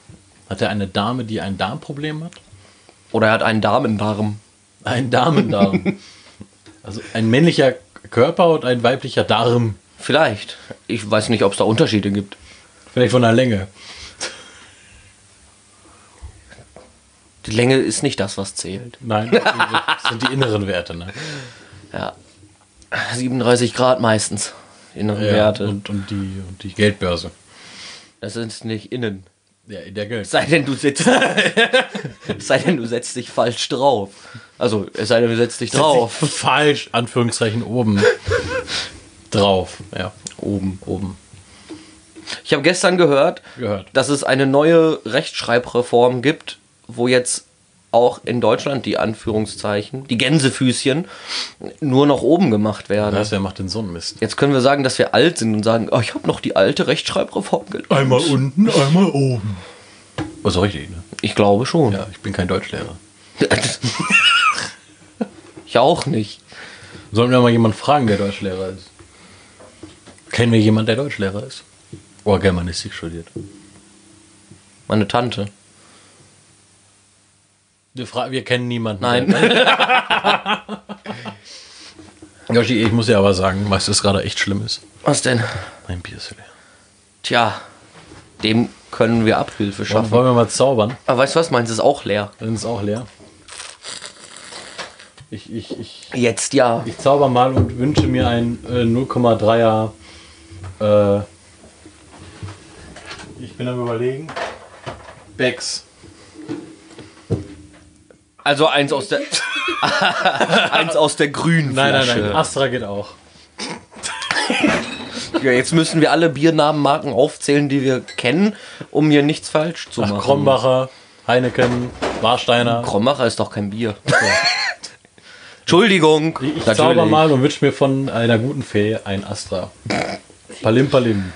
[SPEAKER 1] Hat er eine Dame, die ein Darmproblem hat?
[SPEAKER 2] oder er hat einen Damendarm.
[SPEAKER 1] Ein Damendarm. also ein männlicher Körper und ein weiblicher Darm.
[SPEAKER 2] Vielleicht. Ich weiß nicht, ob es da Unterschiede gibt.
[SPEAKER 1] Vielleicht von der Länge.
[SPEAKER 2] Die Länge ist nicht das, was zählt.
[SPEAKER 1] Nein, das sind die inneren Werte. Ne?
[SPEAKER 2] Ja. 37 Grad meistens. Innere
[SPEAKER 1] Ja,
[SPEAKER 2] Werte.
[SPEAKER 1] Und, und, die, und die Geldbörse.
[SPEAKER 2] Das ist nicht innen.
[SPEAKER 1] Ja, der Geld.
[SPEAKER 2] Sei denn du sitzt. sei denn du setzt dich falsch drauf. Also, es sei denn du setzt dich drauf.
[SPEAKER 1] Falsch, Anführungszeichen oben. drauf, ja.
[SPEAKER 2] Oben.
[SPEAKER 1] Oben.
[SPEAKER 2] Ich habe gestern gehört,
[SPEAKER 1] Gehört.
[SPEAKER 2] dass es eine neue Rechtschreibreform gibt, wo jetzt auch in Deutschland die Anführungszeichen, die Gänsefüßchen, nur noch oben gemacht werden.
[SPEAKER 1] Das, wer macht den Sonnenmist?
[SPEAKER 2] Jetzt können wir sagen, dass wir alt sind und sagen, oh, ich habe noch die alte Rechtschreibreform gelernt.
[SPEAKER 1] Einmal unten, einmal oben. Was soll ich denn? Ne?
[SPEAKER 2] Ich glaube schon.
[SPEAKER 1] Ja, ich bin kein Deutschlehrer.
[SPEAKER 2] ich auch nicht.
[SPEAKER 1] Sollten wir mal jemanden fragen, der Deutschlehrer ist? Kennen wir jemanden, der Deutschlehrer ist? Oder Germanistik studiert?
[SPEAKER 2] Meine Tante.
[SPEAKER 1] Wir, fra- wir kennen niemanden.
[SPEAKER 2] Nein.
[SPEAKER 1] Yoshi, ich muss ja aber sagen, was das gerade echt schlimm ist.
[SPEAKER 2] Was denn?
[SPEAKER 1] Mein Bier ist leer.
[SPEAKER 2] Tja, dem können wir Abhilfe
[SPEAKER 1] Wollen
[SPEAKER 2] schaffen.
[SPEAKER 1] wir mal zaubern?
[SPEAKER 2] Aber weißt du was, meins ist auch leer.
[SPEAKER 1] Dann ist auch leer. Ich, ich, ich,
[SPEAKER 2] Jetzt ja.
[SPEAKER 1] ich zauber mal und wünsche mir ein äh, 0,3er. Äh, ich bin am Überlegen. Becks.
[SPEAKER 2] Also eins aus der. eins aus der grünen
[SPEAKER 1] Nein, nein,
[SPEAKER 2] Flasche.
[SPEAKER 1] nein. Astra geht auch.
[SPEAKER 2] Ja, jetzt müssen wir alle Biernamenmarken aufzählen, die wir kennen, um hier nichts falsch zu machen.
[SPEAKER 1] Krombacher, Heineken, Warsteiner.
[SPEAKER 2] Krombacher ist doch kein Bier. Entschuldigung.
[SPEAKER 1] Ich zauber mal und wünsche mir von einer guten Fee ein Astra. Palim Palim.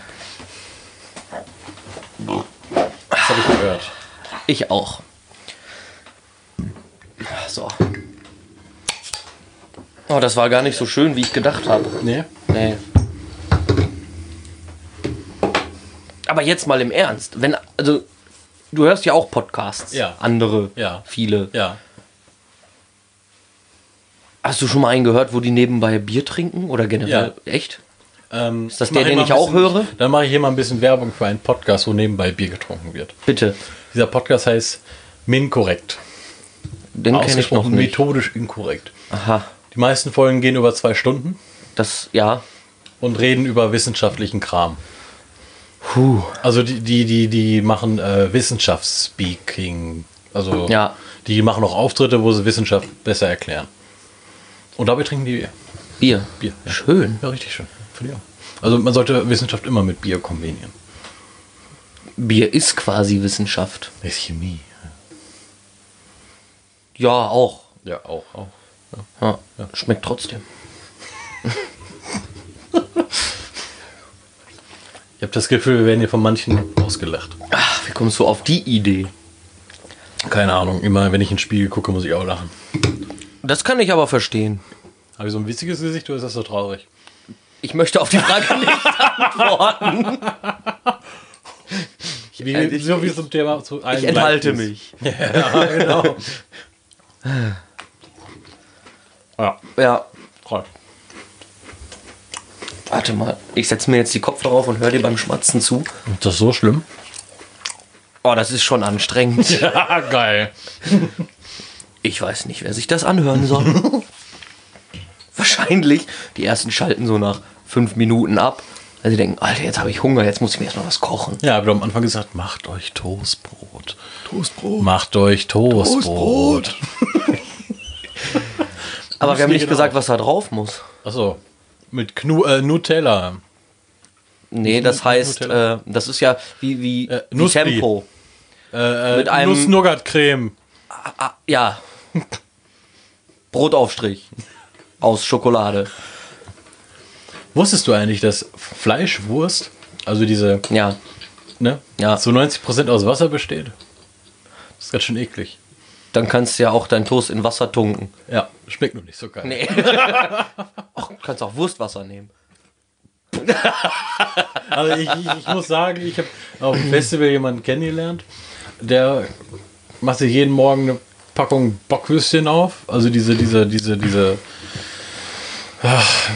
[SPEAKER 1] Das habe ich gehört.
[SPEAKER 2] Ich auch. So. Oh, das war gar nicht so schön, wie ich gedacht habe.
[SPEAKER 1] Nee.
[SPEAKER 2] Nee. Aber jetzt mal im Ernst, wenn also du hörst ja auch Podcasts,
[SPEAKER 1] Ja.
[SPEAKER 2] andere,
[SPEAKER 1] Ja.
[SPEAKER 2] viele.
[SPEAKER 1] Ja.
[SPEAKER 2] Hast du schon mal einen gehört, wo die nebenbei Bier trinken oder generell? Echt?
[SPEAKER 1] Ähm,
[SPEAKER 2] das
[SPEAKER 1] ich
[SPEAKER 2] der,
[SPEAKER 1] mach
[SPEAKER 2] den
[SPEAKER 1] hier
[SPEAKER 2] ich
[SPEAKER 1] mal ein
[SPEAKER 2] auch höre?
[SPEAKER 1] bisschen, Dann mache ich hier mal ein bisschen Werbung für einen Podcast, wo nebenbei Bier getrunken wird.
[SPEAKER 2] Bitte.
[SPEAKER 1] Dieser Podcast heißt Min korrekt.
[SPEAKER 2] Den kenne ich noch
[SPEAKER 1] Ausgesprochen
[SPEAKER 2] nicht.
[SPEAKER 1] methodisch inkorrekt.
[SPEAKER 2] Aha.
[SPEAKER 1] Die meisten Folgen gehen über zwei Stunden
[SPEAKER 2] Das ja.
[SPEAKER 1] und reden über wissenschaftlichen Kram.
[SPEAKER 2] Puh.
[SPEAKER 1] Also die, die, die, die machen äh, Wissenschaftsspeaking. Also
[SPEAKER 2] Ja.
[SPEAKER 1] die machen auch Auftritte, wo sie Wissenschaft besser erklären. Und dabei trinken die Bier.
[SPEAKER 2] Bier.
[SPEAKER 1] Bier, ja.
[SPEAKER 2] Schön.
[SPEAKER 1] Ja, richtig schön. Finde ich auch. Also man sollte Wissenschaft immer mit Bier kombinieren.
[SPEAKER 2] Bier ist quasi Wissenschaft.
[SPEAKER 1] Das ist Chemie.
[SPEAKER 2] Ja, auch.
[SPEAKER 1] Ja, auch. auch.
[SPEAKER 2] Ja. Schmeckt trotzdem.
[SPEAKER 1] Ich habe das Gefühl, wir werden hier von manchen ausgelacht.
[SPEAKER 2] Ach, wie kommst du auf die Idee?
[SPEAKER 1] Keine Ahnung, immer wenn ich ins Spiegel gucke, muss ich auch lachen.
[SPEAKER 2] Das kann ich aber verstehen.
[SPEAKER 1] Habe ich so ein witziges Gesicht oder ist das so traurig?
[SPEAKER 2] Ich möchte auf die Frage nicht antworten.
[SPEAKER 1] Wie,
[SPEAKER 2] äh, ich-
[SPEAKER 1] so wie zum Thema zu allen
[SPEAKER 2] Ich enthalte
[SPEAKER 1] Leibniz.
[SPEAKER 2] mich.
[SPEAKER 1] Ja, genau. ja,
[SPEAKER 2] Ja.
[SPEAKER 1] toll.
[SPEAKER 2] Warte mal. Ich setze mir jetzt die Kopfhörer auf und höre dir beim Schmatzen zu.
[SPEAKER 1] Ist das so schlimm?
[SPEAKER 2] Oh, das ist schon anstrengend.
[SPEAKER 1] Ja, geil.
[SPEAKER 2] Ich weiß nicht, wer sich das anhören soll. Wahrscheinlich. Die ersten schalten so nach fünf Minuten ab. Weil sie denken, Alter, jetzt habe ich Hunger, jetzt muss ich mir erstmal was kochen.
[SPEAKER 1] Ja, aber am Anfang gesagt, macht euch Toastbrot.
[SPEAKER 4] Toastbrot.
[SPEAKER 1] Macht euch Toastbrot.
[SPEAKER 4] Toastbrot.
[SPEAKER 2] Aber wir haben
[SPEAKER 1] mir
[SPEAKER 2] nicht
[SPEAKER 1] genau.
[SPEAKER 2] gesagt, was da drauf muss.
[SPEAKER 1] Achso, mit Knu äh, Nutella.
[SPEAKER 2] Nee, das heißt, äh,
[SPEAKER 1] Nutella.
[SPEAKER 2] das ist ja wie, wie,
[SPEAKER 1] Äh,
[SPEAKER 2] wie
[SPEAKER 1] Nussli.
[SPEAKER 2] Tempo.
[SPEAKER 1] Äh,
[SPEAKER 2] Mit einem-
[SPEAKER 1] Nuss-Nougat-Creme.
[SPEAKER 2] Ah, ja. Brotaufstrich. Aus Schokolade.
[SPEAKER 1] Wusstest du eigentlich, dass Fleischwurst, also diese,
[SPEAKER 2] Ja.
[SPEAKER 1] ne,
[SPEAKER 2] Ja.
[SPEAKER 1] zu 90% aus Wasser besteht? Das ist ganz schön eklig.
[SPEAKER 2] Dann kannst du ja auch deinen Toast in Wasser tunken.
[SPEAKER 1] Ja, schmeckt nur nicht so geil.
[SPEAKER 2] Nee. Ach, du kannst auch Wurstwasser nehmen.
[SPEAKER 1] Also ich, ich, ich muss sagen, ich habe auf dem Festival jemanden kennengelernt, der macht sich jeden Morgen eine Packung Bockwürstchen auf. Also diese, diese, diese, diese ach,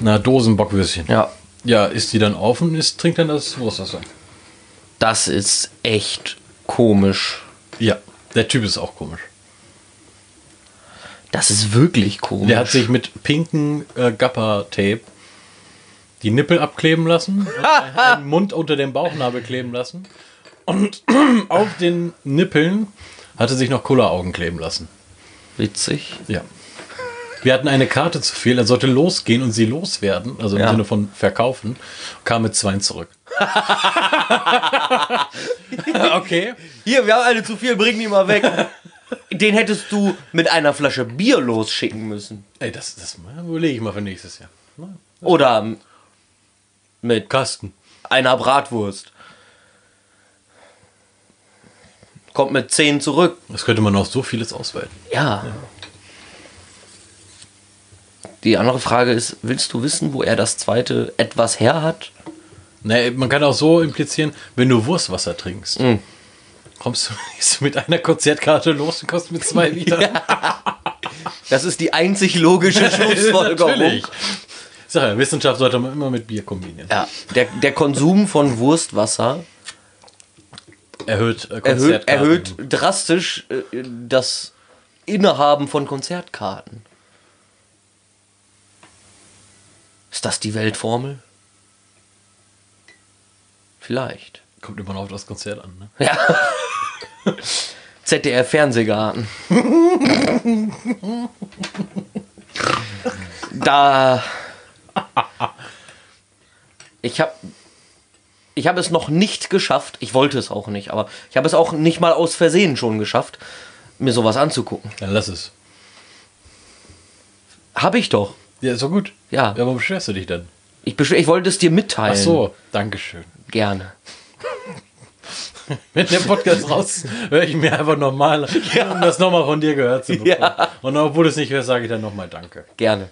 [SPEAKER 1] na, Dosenbockwürstchen.
[SPEAKER 2] Ja.
[SPEAKER 1] Ja, isst die dann auf und isst, trinkt dann das Wurstwasser.
[SPEAKER 2] Das ist echt komisch.
[SPEAKER 1] Ja, der Typ ist auch komisch.
[SPEAKER 2] Das ist wirklich komisch.
[SPEAKER 1] Der hat sich mit pinken äh, Gappa-Tape die Nippel abkleben lassen, und einen Mund unter dem Bauchnabel kleben lassen und auf den Nippeln hatte sich noch Kulleraugen kleben lassen.
[SPEAKER 2] Witzig.
[SPEAKER 1] Ja. Wir hatten eine Karte zu viel, er sollte losgehen und sie loswerden, also im
[SPEAKER 2] Ja.
[SPEAKER 1] Sinne von verkaufen, kam mit zwei zurück. okay.
[SPEAKER 2] Hier, wir haben eine zu viel, bring die mal weg. Den hättest du mit einer Flasche Bier losschicken müssen.
[SPEAKER 1] Ey, das, das überlege ich mal für nächstes Jahr. Na,
[SPEAKER 2] Oder mit
[SPEAKER 1] Kasten.
[SPEAKER 2] einer Bratwurst. Kommt mit 10 zurück.
[SPEAKER 1] Das könnte man auf so vieles ausweiten.
[SPEAKER 2] Ja. Die andere Frage ist, willst du wissen, wo er das zweite etwas her hat?
[SPEAKER 1] Nee, man kann auch so implizieren, wenn du Wurstwasser trinkst,
[SPEAKER 2] Mhm.
[SPEAKER 1] kommst du gehst du mit einer Konzertkarte los und kommst mit zwei Litern.
[SPEAKER 2] Das ist die einzig logische Schlussfolgerung.
[SPEAKER 1] Natürlich. Ich Sag ja, Wissenschaft sollte man immer mit Bier kombinieren.
[SPEAKER 2] Ja, der, der Konsum von Wurstwasser
[SPEAKER 1] Erhöht äh,
[SPEAKER 2] erhöht,
[SPEAKER 1] Konzertkarten.
[SPEAKER 2] erhöht drastisch äh, das Innehaben von Konzertkarten. Ist das die Weltformel? Vielleicht.
[SPEAKER 1] Kommt immer noch auf das Konzert an. Ne?
[SPEAKER 2] Ja. ZDR-Fernsehgarten. da. Ich habe ich hab es noch nicht geschafft. Ich wollte es auch nicht, aber ich habe es auch nicht mal aus Versehen schon geschafft, mir sowas anzugucken.
[SPEAKER 1] Dann lass es.
[SPEAKER 2] Habe ich doch.
[SPEAKER 1] Ja, ist doch gut.
[SPEAKER 2] Ja.
[SPEAKER 1] Warum beschwerst du dich dann?
[SPEAKER 2] Ich, beschw- ich wollte es dir mitteilen.
[SPEAKER 1] Ach so, Dankeschön.
[SPEAKER 2] Gerne.
[SPEAKER 1] Wenn der Podcast raus, ist, höre ich mir einfach nochmal, um das nochmal von dir gehört zu bekommen.
[SPEAKER 2] Ja.
[SPEAKER 1] Und obwohl du es nicht hörst, sage ich dann nochmal Danke.
[SPEAKER 2] Gerne.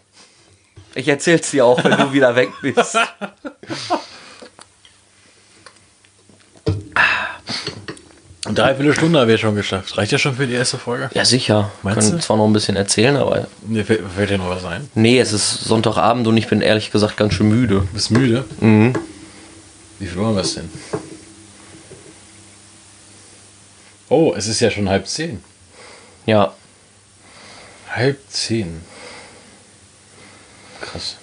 [SPEAKER 2] Ich erzähl's dir auch, wenn du wieder weg bist.
[SPEAKER 1] Und dreiviertel Stunde haben wir schon geschafft. Reicht ja schon für die erste Folge?
[SPEAKER 2] Ja, sicher.
[SPEAKER 1] Meinst
[SPEAKER 2] Können
[SPEAKER 1] du?
[SPEAKER 2] zwar noch ein bisschen erzählen, aber.
[SPEAKER 1] Mir fällt, fällt dir noch was ein.
[SPEAKER 2] Nee, es ist Sonntagabend und ich bin ehrlich gesagt ganz schön müde.
[SPEAKER 1] Du bist müde. Mhm. Wie viel Uhr haben wir es denn? Oh, es ist ja schon halb zehn.
[SPEAKER 2] Ja.
[SPEAKER 1] Halb zehn. Krass.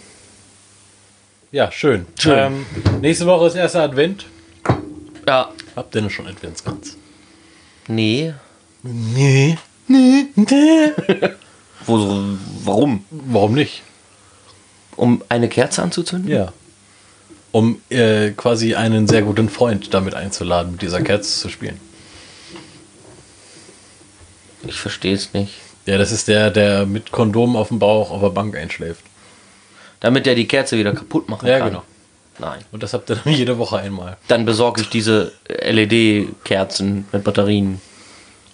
[SPEAKER 1] Ja, schön.
[SPEAKER 2] Schön.
[SPEAKER 1] Ähm, nächste Woche ist erster Advent.
[SPEAKER 2] Ja.
[SPEAKER 1] Habt ihr denn schon Adventskranz?
[SPEAKER 2] Nee.
[SPEAKER 1] Nee. Nee. nee.
[SPEAKER 2] Wo, warum?
[SPEAKER 1] Warum nicht?
[SPEAKER 2] Um eine Kerze anzuzünden?
[SPEAKER 1] Ja. Um äh, quasi einen sehr guten Freund damit einzuladen, mit dieser Kerze zu spielen.
[SPEAKER 2] Ich verstehe es nicht.
[SPEAKER 1] Ja, das ist der, der mit Kondom auf dem Bauch auf der Bank einschläft.
[SPEAKER 2] Damit er die Kerze wieder kaputt machen
[SPEAKER 1] Ja,
[SPEAKER 2] kann.
[SPEAKER 1] genau.
[SPEAKER 2] Nein.
[SPEAKER 1] Und das habt ihr dann jede Woche einmal.
[SPEAKER 2] Dann besorge ich diese LED-Kerzen mit Batterien.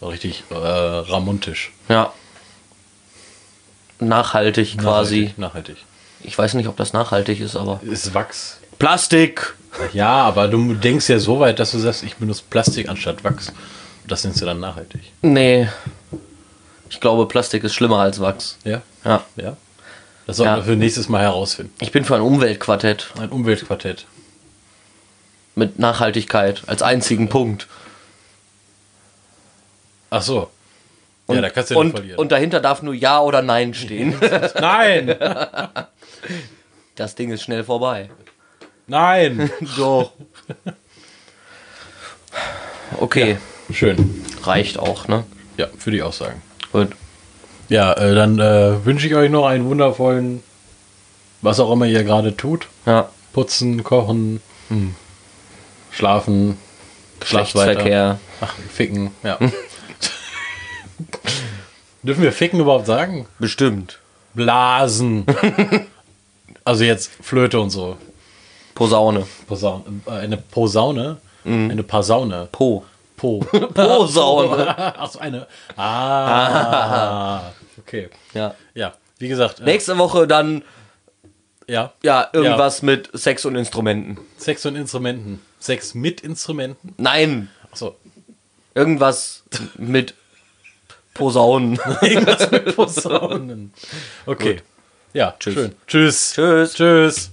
[SPEAKER 1] So Richtig äh, ramontisch.
[SPEAKER 2] Ja. Nachhaltig quasi.
[SPEAKER 1] Nachhaltig, nachhaltig.
[SPEAKER 2] Ich weiß nicht, ob das nachhaltig ist, aber.
[SPEAKER 1] Ist Wachs.
[SPEAKER 2] Plastik!
[SPEAKER 1] Ja, aber du denkst ja so weit, dass du sagst, ich benutze Plastik anstatt Wachs. Und Das nennst du dann nachhaltig.
[SPEAKER 2] Nee. Ich glaube, Plastik ist schlimmer als Wachs.
[SPEAKER 1] Ja?
[SPEAKER 2] Ja.
[SPEAKER 1] Ja. Das sollten
[SPEAKER 2] Ja.
[SPEAKER 1] wir für nächstes Mal herausfinden.
[SPEAKER 2] Ich bin für ein Umweltquartett
[SPEAKER 1] Ein Umweltquartett.
[SPEAKER 2] mit Nachhaltigkeit als einzigen Punkt.
[SPEAKER 1] Ach so.
[SPEAKER 2] Und,
[SPEAKER 1] ja, da kannst du ja
[SPEAKER 2] und,
[SPEAKER 1] nicht verlieren.
[SPEAKER 2] und dahinter darf nur Ja oder Nein stehen.
[SPEAKER 1] nein!
[SPEAKER 2] Das Ding ist schnell vorbei.
[SPEAKER 1] Nein!
[SPEAKER 2] Doch. Okay,
[SPEAKER 1] Schön.
[SPEAKER 2] reicht auch, ne?
[SPEAKER 1] Ja, für die Aussagen.
[SPEAKER 2] Gut.
[SPEAKER 1] Ja, äh, dann äh, wünsche ich euch noch einen wundervollen, was auch immer ihr gerade tut.
[SPEAKER 2] Ja.
[SPEAKER 1] Putzen, kochen, Hm. schlafen, schlaft weiter.
[SPEAKER 2] Geschlechtsverkehr.
[SPEAKER 1] Ach, ficken, ja. Dürfen wir ficken überhaupt sagen?
[SPEAKER 2] Bestimmt.
[SPEAKER 1] Blasen. also jetzt Flöte und so.
[SPEAKER 2] Posaune.
[SPEAKER 1] Posaune, äh, eine Posaune, eine Pasaune.
[SPEAKER 2] Po.
[SPEAKER 1] Po.
[SPEAKER 2] Posaune.
[SPEAKER 1] Achso, eine. Ah. Okay.
[SPEAKER 2] ja.
[SPEAKER 1] Ja, wie gesagt. äh,
[SPEAKER 2] Nächste Woche dann,
[SPEAKER 1] Ja.
[SPEAKER 2] ja, irgendwas mit Sex und Instrumenten.
[SPEAKER 1] Sex und Instrumenten. Sex mit Instrumenten.
[SPEAKER 2] Nein,
[SPEAKER 1] Achso.
[SPEAKER 2] irgendwas mit Posaunen.
[SPEAKER 1] Irgendwas mit Posaunen. Okay. Ja,
[SPEAKER 2] Tschüss.
[SPEAKER 1] schön. Tschüss.
[SPEAKER 2] Tschüss.
[SPEAKER 1] Tschüss.